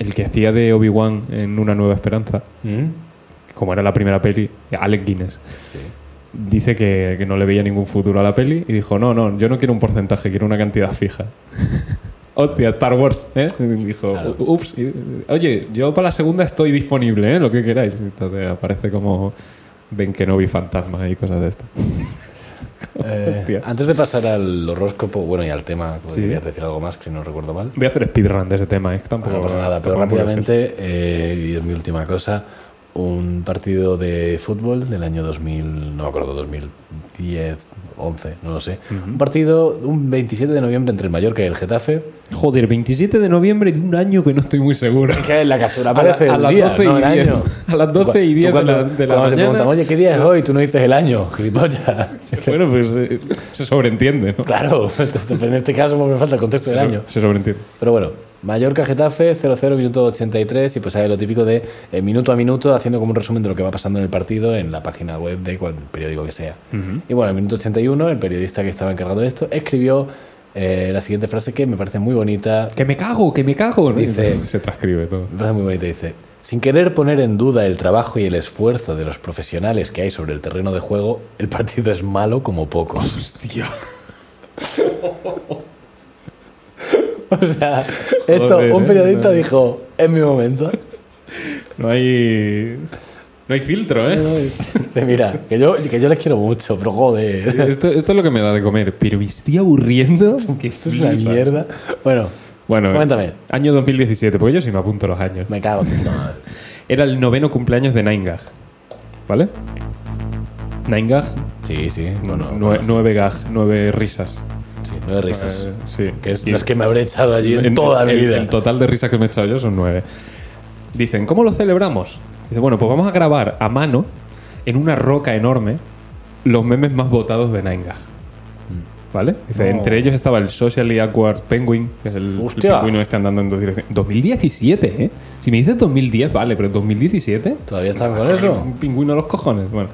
S3: el que hacía de Obi-Wan en Una Nueva Esperanza,
S1: ¿Mm?
S3: como era la primera peli, Alec Guinness, dice que, que no le veía ningún futuro a la peli y dijo, no, no, yo no quiero un porcentaje, quiero una cantidad fija. [LAUGHS] Hostia, Star Wars, ¿eh? Y Dijo,
S1: Claro.
S3: ups, y- oye, yo para la segunda estoy disponible, ¿eh? Lo que queráis. Entonces aparece como Ben Kenobi fantasma y cosas de estas.
S1: Eh,
S3: Hostia.
S1: antes de pasar al horóscopo, bueno, y al tema,
S3: Sí.
S1: querías decir algo más, que si no recuerdo mal.
S3: Voy a hacer speedrun de ese tema, ¿eh? Tampoco
S1: no pasa nada, pero
S3: tampoco lo voy a hacer.
S1: rápidamente, eh, y es mi última cosa, un partido de fútbol del año 2000, no me acuerdo, 2010, 11, no lo sé. Un partido, un 27 de noviembre entre el Mallorca y el Getafe.
S3: Joder, 27 de noviembre de un año que no estoy
S1: [LAUGHS]
S3: muy seguro.
S1: Que en la captura
S3: A
S1: aparece
S3: la- a
S1: el
S3: las
S1: día,
S3: 12 y
S1: no el
S3: 10.
S1: año.
S3: A las 12 y
S1: Tú
S3: 10 de
S1: cuando-
S3: la- de la
S1: cuando te
S3: mañana.
S1: preguntan, oye, ¿qué día es hoy? Tú no dices el año, [LAUGHS] gilipollas.
S3: bueno, pues eh, se sobreentiende, ¿no?
S1: claro, [LAUGHS] entonces, en este caso me falta el contexto del
S3: Se-
S1: año.
S3: Se sobreentiende.
S1: Pero bueno, Mallorca-Getafe, 0-0, minuto 83, y pues hay lo típico de eh, minuto a minuto, haciendo como un resumen de lo que va pasando en el partido en la página web de cual periódico que sea. Y bueno, en el minuto 81, el periodista que estaba encargado de esto escribió eh, la siguiente frase que me parece muy bonita.
S3: Que me cago, que me cago. ¿no? [LAUGHS]
S1: Dice-
S3: se transcribe todo.
S1: Me parece muy bonita, dice. Sin querer poner en duda el trabajo y el esfuerzo de los profesionales que hay sobre el terreno de juego, el partido es malo como pocos.
S3: Hostia.
S1: [LAUGHS] O sea, esto,
S3: Joder,
S1: un
S3: eh,
S1: periodista
S3: no.
S1: dijo, es mi momento.
S3: No hay. No hay filtro, ¿eh?
S1: Dice, Mira, que yo, que yo les quiero mucho, pero joder.
S3: Esto, esto es lo que me da de comer, pero me estoy aburriendo. Que
S1: [LAUGHS] Esto es una
S3: flipas. eh.
S1: mierda. Bueno,
S3: Bueno,
S1: Cuéntame.
S3: año 2017, porque yo sí me apunto los años.
S1: me
S3: [LAUGHS]
S1: cago en tu madre.
S3: Era el noveno cumpleaños de Nine Gag, ¿Vale? Nine Gag,
S1: Sí, sí. Bueno,
S3: nue- nueve gag, nueve risas.
S1: sí, nueve risas.
S3: Eh, sí.
S1: que es
S3: Y-
S1: las que me habré echado allí en,
S3: en-
S1: toda mi
S3: el-
S1: vida.
S3: El total de risas que me he echado yo son nueve. Dicen, ¿cómo lo celebramos? Dice, bueno, pues vamos a grabar a mano, en una roca enorme, los memes más votados de Nine Gag. ¿Vale? Dice,
S1: No.
S3: entre ellos estaba el Socially Awkward Penguin, que es el, el
S1: Hostia.
S3: pingüino este andando en dos direcciones. 2017, ¿eh? Si me dices 2010, vale, pero 2017.
S1: ¿Todavía están con
S3: Correr
S1: eso?
S3: Un pingüino a los cojones. Bueno.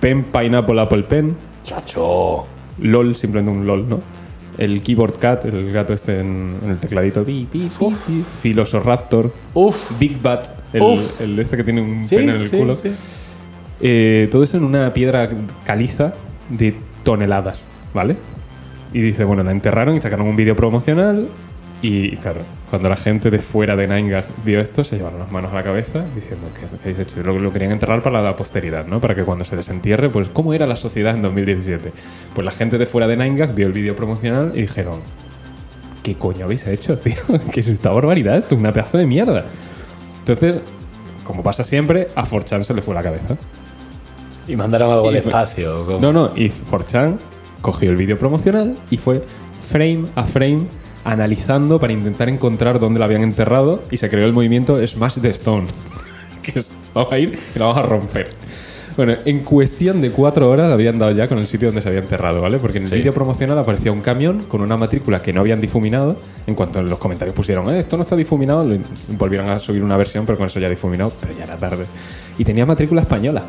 S3: Pen, Pineapple, Apple Pen.
S1: Chacho.
S3: LOL, simplemente un LOL, ¿no? El Keyboard Cat, el gato este en, en el tecladito. Pi, pi, pi, pi. Filosoraptor.
S1: Uf.
S3: Big Bat, el,
S1: Uf.
S3: el este que tiene un
S1: Sí,
S3: pene en el
S1: sí,
S3: culo.
S1: sí.
S3: Eh, todo eso en una piedra caliza de toneladas, ¿vale? Y dice, bueno, la enterraron y sacaron un vídeo promocional. Y claro, cuando la gente de fuera de Nine Gag vio esto, se llevaron las manos a la cabeza diciendo que, habéis hecho. Lo, lo querían enterrar para la posteridad, ¿no? Para que cuando se desentierre, pues, ¿cómo era la sociedad en 2017? Pues la gente de fuera de Nine Gag vio el vídeo promocional y dijeron, ¿qué coño habéis hecho, tío? [LAUGHS] ¿Qué es esta barbaridad? Esto es una pedazo de mierda. Entonces, como pasa siempre, a Forchan se le fue la cabeza.
S1: Y mandaron algo al
S3: Y-
S1: espacio. como-
S3: No, no, y Forchan cogió el vídeo promocional y fue frame a frame analizando para intentar encontrar dónde la habían enterrado y se creó el movimiento Smash the Stone. [LAUGHS] que es, vamos a ir y la vamos a romper. Bueno, en cuestión de cuatro horas habían dado ya con el sitio donde se había enterrado, ¿vale? Porque en el vídeo promocional aparecía un camión con una matrícula que no habían difuminado. En cuanto en los comentarios pusieron, "Eh, esto no está difuminado, lo in- volvieron a subir una versión, pero con eso ya difuminado, pero ya era tarde. Y tenía matrícula española.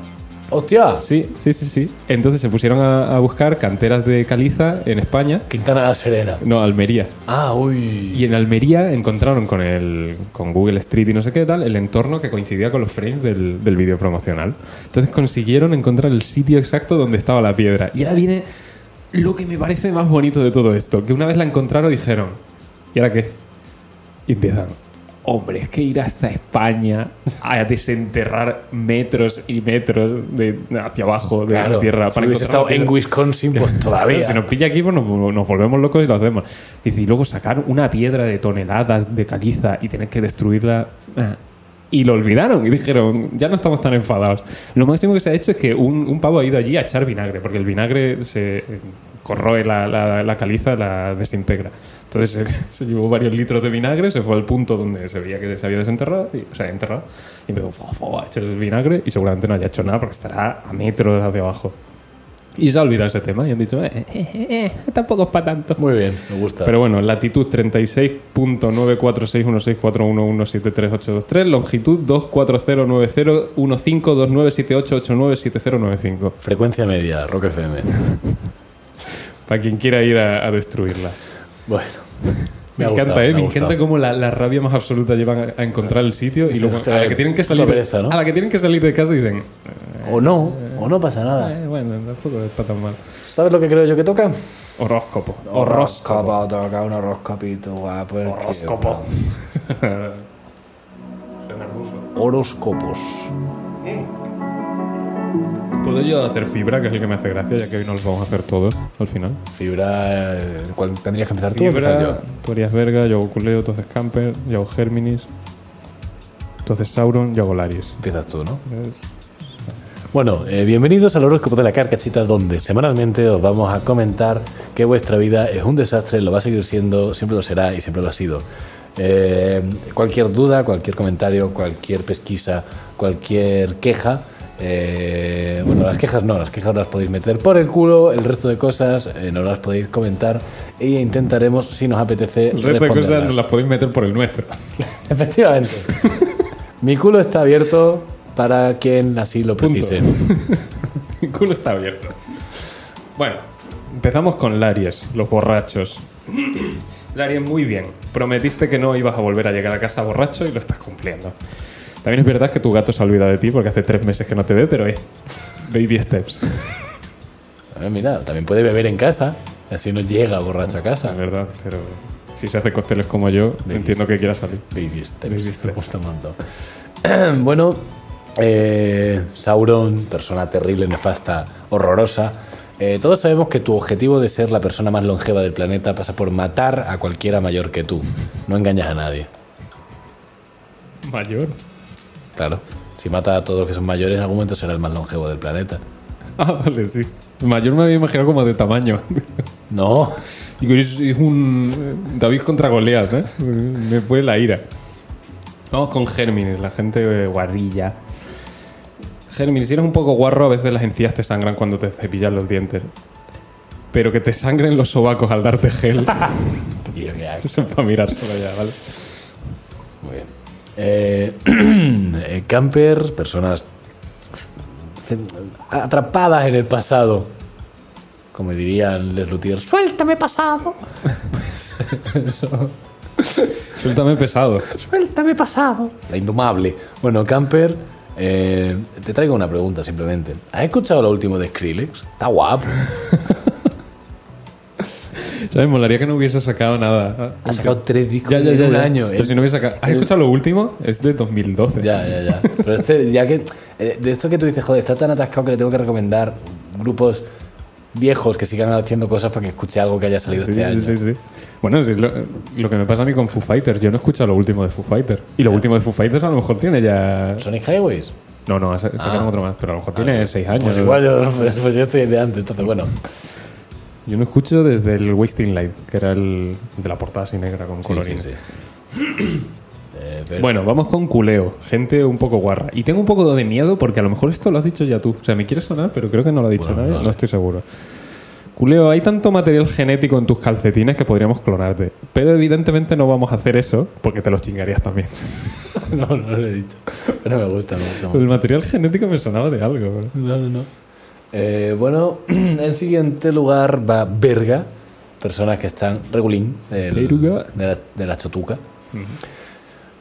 S1: ¡Hostia!
S3: Sí, sí, sí, sí. Entonces se pusieron a, a buscar canteras de caliza en España.
S1: Quintana la Serena.
S3: No, Almería.
S1: Ah, uy.
S3: Y en Almería encontraron con el con Google Street y no sé qué tal el entorno que coincidía con los frames del, del vídeo promocional. Entonces consiguieron encontrar el sitio exacto donde estaba la piedra. Y ahora viene lo que me parece más bonito de todo esto, que una vez la encontraron dijeron, ¿y ahora qué? Y empiezan, hombre, es que ir hasta España a desenterrar metros y metros de, hacia abajo de la
S1: Claro,
S3: tierra
S1: si hubiese
S3: encontrar
S1: estado
S3: la piedra.
S1: en Wisconsin,
S3: [LAUGHS]
S1: pues todavía.
S3: Si nos pilla aquí, pues nos, nos volvemos locos y lo hacemos. Y, si luego sacar una piedra de toneladas de caliza y tener que destruirla. ah. Y lo olvidaron y dijeron, ya no estamos tan enfadados. Lo máximo que se ha hecho es que un, un pavo ha ido allí a echar vinagre, porque el vinagre se eh, corroe la, la- la caliza, la desintegra. Entonces [LAUGHS] eh, se llevó varios litros de vinagre, se fue al punto donde se veía que se había desenterrado, y, o sea, enterrado, y empezó fo, fo, a echar el vinagre y seguramente no haya hecho nada porque estará a metros hacia abajo. Y se ha olvidado ese tema y han dicho, eh, eh, eh, eh, tampoco es para tanto.
S1: Muy bien, me gusta.
S3: Pero bueno, latitud 36.9461641173823, longitud 24090152978897095,
S1: Frecuencia media, Rock FM.
S3: para quien quiera ir a, a destruirla.
S1: Bueno.
S3: [LAUGHS] Me,
S1: ha
S3: encanta,
S1: gustado,
S3: ¿eh? Me,
S1: ha gustado.
S3: encanta cómo la, la rabia más absoluta llevan a, a encontrar el sitio y luego
S1: Hostia,
S3: a la que tienen que salir,
S1: puta pereza, ¿no?
S3: a la que tienen que salir de casa dicen,
S1: O no, o no pasa nada.
S3: "Eh, bueno, tampoco está tan mal.
S1: ¿Sabes lo que creo yo que toca?
S3: Horóscopo.
S1: Horóscopo, toca un pues, horóscopito guapo.
S3: [LAUGHS]
S1: Horóscopo. Horóscopos.
S3: ¿Puedo yo hacer fibra, que es el que me hace gracia, ya que hoy nos lo vamos a hacer todos al final?
S1: Fibra, eh, ¿cuál tendrías que empezar tú o empezar
S3: Fibra,
S1: yo?
S3: tú harías verga, yo hago culeo, tú haces camper, yo hago Géminis, tú haces Sauron, yo hago Laris.
S1: Empiezas tú, ¿no?
S3: Es-
S1: Bueno, eh, bienvenidos al horóscopo de la carcachita donde semanalmente os vamos a comentar que vuestra vida es un desastre, lo va a seguir siendo, siempre lo será y siempre lo ha sido. Eh, cualquier duda, cualquier comentario, cualquier pesquisa, cualquier queja, eh, bueno, las quejas no, las quejas las podéis meter por el culo, el resto de cosas eh, no las podéis comentar e intentaremos, si nos apetece,
S3: El resto de cosas
S1: responderlas.
S3: nos las podéis meter por el nuestro. [LAUGHS]
S1: [LAUGHS] Efectivamente. Mi culo está abierto para quien así lo
S3: Punto.
S1: precise.
S3: El culo está abierto. Bueno, empezamos con Laries, los borrachos. [CLEARS THROAT] Laries, muy bien. Prometiste que no ibas a volver a llegar a casa borracho y lo estás cumpliendo. También es verdad que tu gato se ha olvidado de ti porque hace tres meses que no te ve, pero eh, baby steps. [LAUGHS]
S1: Eh, mira, también puede beber en casa. Así no llega borracho a casa.
S3: Es verdad, pero si se hace cócteles como yo, entiendo que quiera salir.
S1: Baby steps.
S3: Baby steps.
S1: Me gusta un montón. [CLEARS THROAT] bueno, eh, Sauron, persona terrible, nefasta, horrorosa. Eh, todos sabemos que tu objetivo de ser la persona más longeva del planeta pasa por matar a cualquiera mayor que tú. No engañas a nadie.
S3: Mayor.
S1: Claro. Si mata a todos los que son mayores, en algún momento será el más longevo del planeta.
S3: Ah, vale, sí. Mayor me había imaginado como de tamaño. [LAUGHS]
S1: No.
S3: Digo, es, es un eh, David contra Goliath, ¿eh? Me fue la ira. Vamos con Géminis, la gente eh, guarrilla. Géminis, si eres un poco guarro, a veces las encías te sangran cuando te cepillas los dientes. Pero que te sangren los sobacos al darte gel,
S1: [LAUGHS]
S3: [LAUGHS]
S1: Tío, qué asco.
S3: eso es para mirárselo ya, ¿vale?
S1: Muy bien. Eh, [CLEARS THROAT] eh, camper, personas ce- atrapadas en el pasado. Como dirían Les Luthiers, suéltame pasado,
S3: [LAUGHS] Suéltame pesado.
S1: suéltame pasado. La indomable. Bueno, camper, eh, te traigo una pregunta simplemente. ¿Has escuchado lo último de Skrillex? Está guapo.
S3: ¿Sabes? Molaría que no hubiese sacado nada.
S1: Ha sacado tres discos
S3: Ya, ya,
S1: en
S3: ya.
S1: un
S3: ya.
S1: año. ¿eh?
S3: Pero
S1: El-
S3: si no hubiese sacado. ¿Has escuchado lo último? Es de 2012.
S1: Ya, ya, ya. Pero este, ya que. eh, De esto que tú dices, joder, está tan atascado que le tengo que recomendar grupos viejos que sigan haciendo cosas para que escuche algo que haya salido
S3: Sí,
S1: este
S3: sí,
S1: año.
S3: sí, sí. Bueno, sí, lo, lo que me pasa a mí con Foo Fighters, yo no he escuchado lo último de Foo Fighters. Y lo último de Foo Fighters a lo mejor tiene ya.
S1: Sonic Highways.
S3: No, no, sa- sacaron
S1: Ah.
S3: otro más, pero a lo mejor tiene seis años.
S1: Pues igual yo, pues, pues yo estoy de antes, entonces bueno.
S3: Yo no escucho desde el Wasting Light, que era el de la portada así negra con colorines.
S1: Sí, sí, sí. Eh, pero-
S3: Bueno, vamos con culeo, gente un poco guarra. Y tengo un poco de miedo porque a lo mejor esto lo has dicho ya tú. O sea, me quiere sonar, pero creo que no lo ha dicho
S1: Bueno,
S3: nadie,
S1: no
S3: no,
S1: sé.
S3: estoy seguro. Culeo, hay tanto material genético en tus calcetines que podríamos clonarte. Pero evidentemente no vamos a hacer eso porque te los chingarías también.
S1: [LAUGHS] No, no lo he dicho. Pero me gusta, me gusta
S3: Pues El
S1: mucho.
S3: material genético me sonaba de algo. bro.
S1: No, no, no. Eh, bueno, [CLEARS THROAT] en siguiente lugar va Verga. Personas que están regulín del-
S3: Verga.
S1: de, la, de la chotuca.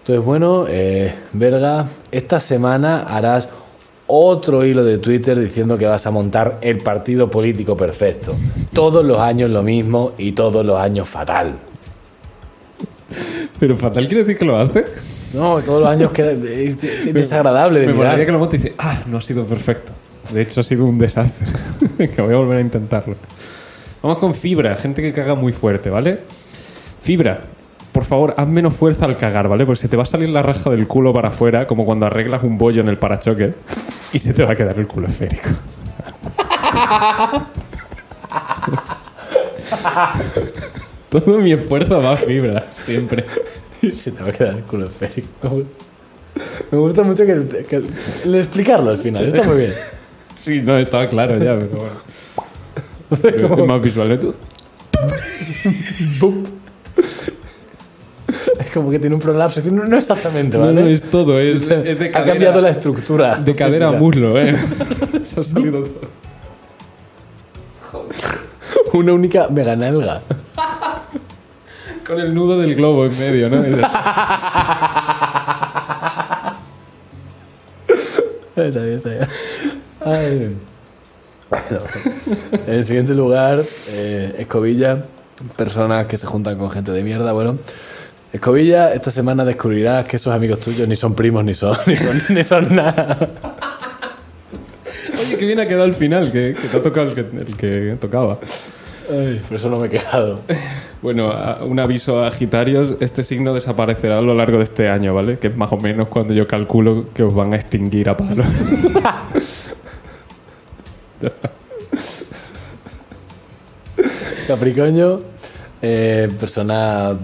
S1: Entonces, bueno, eh, Verga, esta semana harás otro hilo de Twitter diciendo que vas a montar el partido político perfecto. Todos los años lo mismo y todos los años fatal.
S3: Pero fatal quiere decir que lo hace.
S1: No, todos los años queda, eh, es, es desagradable de
S3: Me
S1: mirar.
S3: molaría que lo monte y dice, ah, no ha sido perfecto. De hecho, ha sido un desastre. [LAUGHS] que voy a volver a intentarlo. Vamos con fibra, gente que caga muy fuerte, ¿vale? Fibra, por favor, haz menos fuerza al cagar, ¿vale? Porque se te va a salir la raja del culo para afuera, como cuando arreglas un bollo en el parachoque, y se te va a quedar el culo esférico. [LAUGHS] Todo mi esfuerzo va a fibra, siempre.
S1: Se te va a quedar el culo esférico. Me gu- Me gusta mucho que, que- el explicarlo al final. Está muy bien.
S3: Sí, no, estaba claro ya, pero bueno.
S1: [LAUGHS]
S3: Es más visual, ¿eh? Tú-
S1: Bup. Es como que tiene un prolapso. No, no exactamente,
S3: No,
S1: ¿vale?
S3: no, es todo, es, es de
S1: ha
S3: cadera,
S1: cambiado la estructura.
S3: de cadera a
S1: física.
S3: muslo,
S1: [LAUGHS]
S3: eh. Se ha salido todo.
S1: Una única meganalga.
S3: Con el nudo del globo en medio, ¿no?
S1: Está bien, está bien. Ay. Bueno. En el siguiente lugar, eh, Escobilla, personas que se juntan con gente de mierda, bueno. Escobilla, esta semana descubrirás que esos amigos tuyos ni son primos ni son, [LAUGHS] ni son, ni son nada.
S3: Oye, que bien ha quedado el final, que, que te ha tocado el que, el que tocaba.
S1: Ay, por eso no me he quejado.
S3: Bueno, a- un aviso a Agitarios, este signo desaparecerá a lo largo de este año, ¿vale? Que es más o menos cuando yo calculo que os van a extinguir a palos.
S1: Capricornio, eh, personas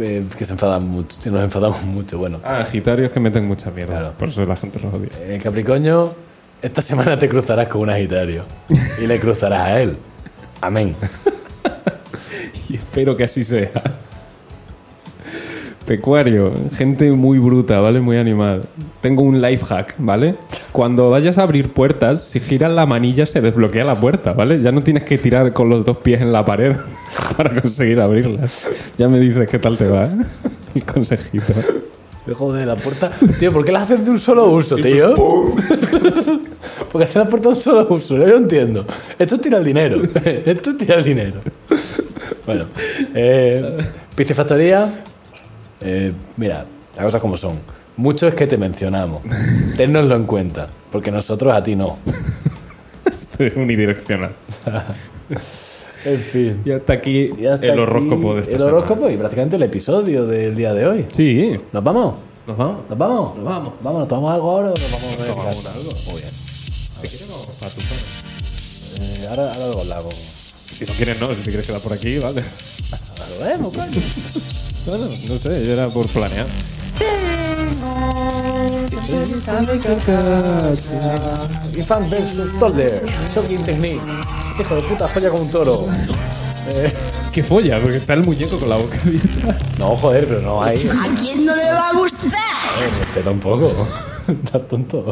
S1: eh, que se enfadan mucho, que nos enfadamos mucho, bueno.
S3: Ah, Agitarios que meten mucha mierda,
S1: Claro.
S3: por eso la gente los odia.
S1: Eh, Capricornio, esta semana te cruzarás con un agitario y le cruzarás a él. Amén.
S3: [LAUGHS] Y espero que así sea. Pecuario, gente muy bruta, ¿vale? Muy animal. Tengo un life hack, ¿vale? Cuando vayas a abrir puertas, si giras la manilla se desbloquea la puerta, ¿vale? Ya no tienes que tirar con los dos pies en la pared [LAUGHS] para conseguir abrirlas. Ya me dices qué tal te va, ¿eh? El consejito.
S1: Joder, la puerta. Tío, ¿por qué la haces de un solo uso, tío? [LAUGHS] Porque hacer la puerta de un solo uso, yo no entiendo. Esto tira el dinero. [LAUGHS] Esto tira el dinero. Bueno, eh, Piscifactoría. eh, mira, las cosas como son. Mucho es que te mencionamos. Tennoslo en cuenta, porque nosotros a ti no.
S3: Esto es unidireccional.
S1: En fin.
S3: Y hasta aquí
S1: Y hasta
S3: el
S1: aquí
S3: horóscopo de esta
S1: El
S3: semana.
S1: horóscopo y prácticamente el episodio del día de hoy.
S3: Sí,
S1: ¿Nos vamos?
S3: nos vamos.
S1: ¿Nos vamos? Nos vamos. Vamos, ¿nos tomamos algo ahora o nos vamos a tomamos algo? Muy bien. Eh, ahora, ahora lo hago.
S3: Si no quieres, no. Si te quieres quedar por aquí, vale.
S1: Ahora lo vemos, coño.
S3: Bueno, no sé, yo era por planear.
S1: Infant vs. Tolder. Shocking Technique. Hijo de puta, folla como un toro. Eh,
S3: ¿Qué folla? Porque está el muñeco con la boca abierta.
S1: no, joder, pero no hay. [LAUGHS]
S2: ¿A quién no le va a gustar?
S1: Espera un poco. Estás tonto.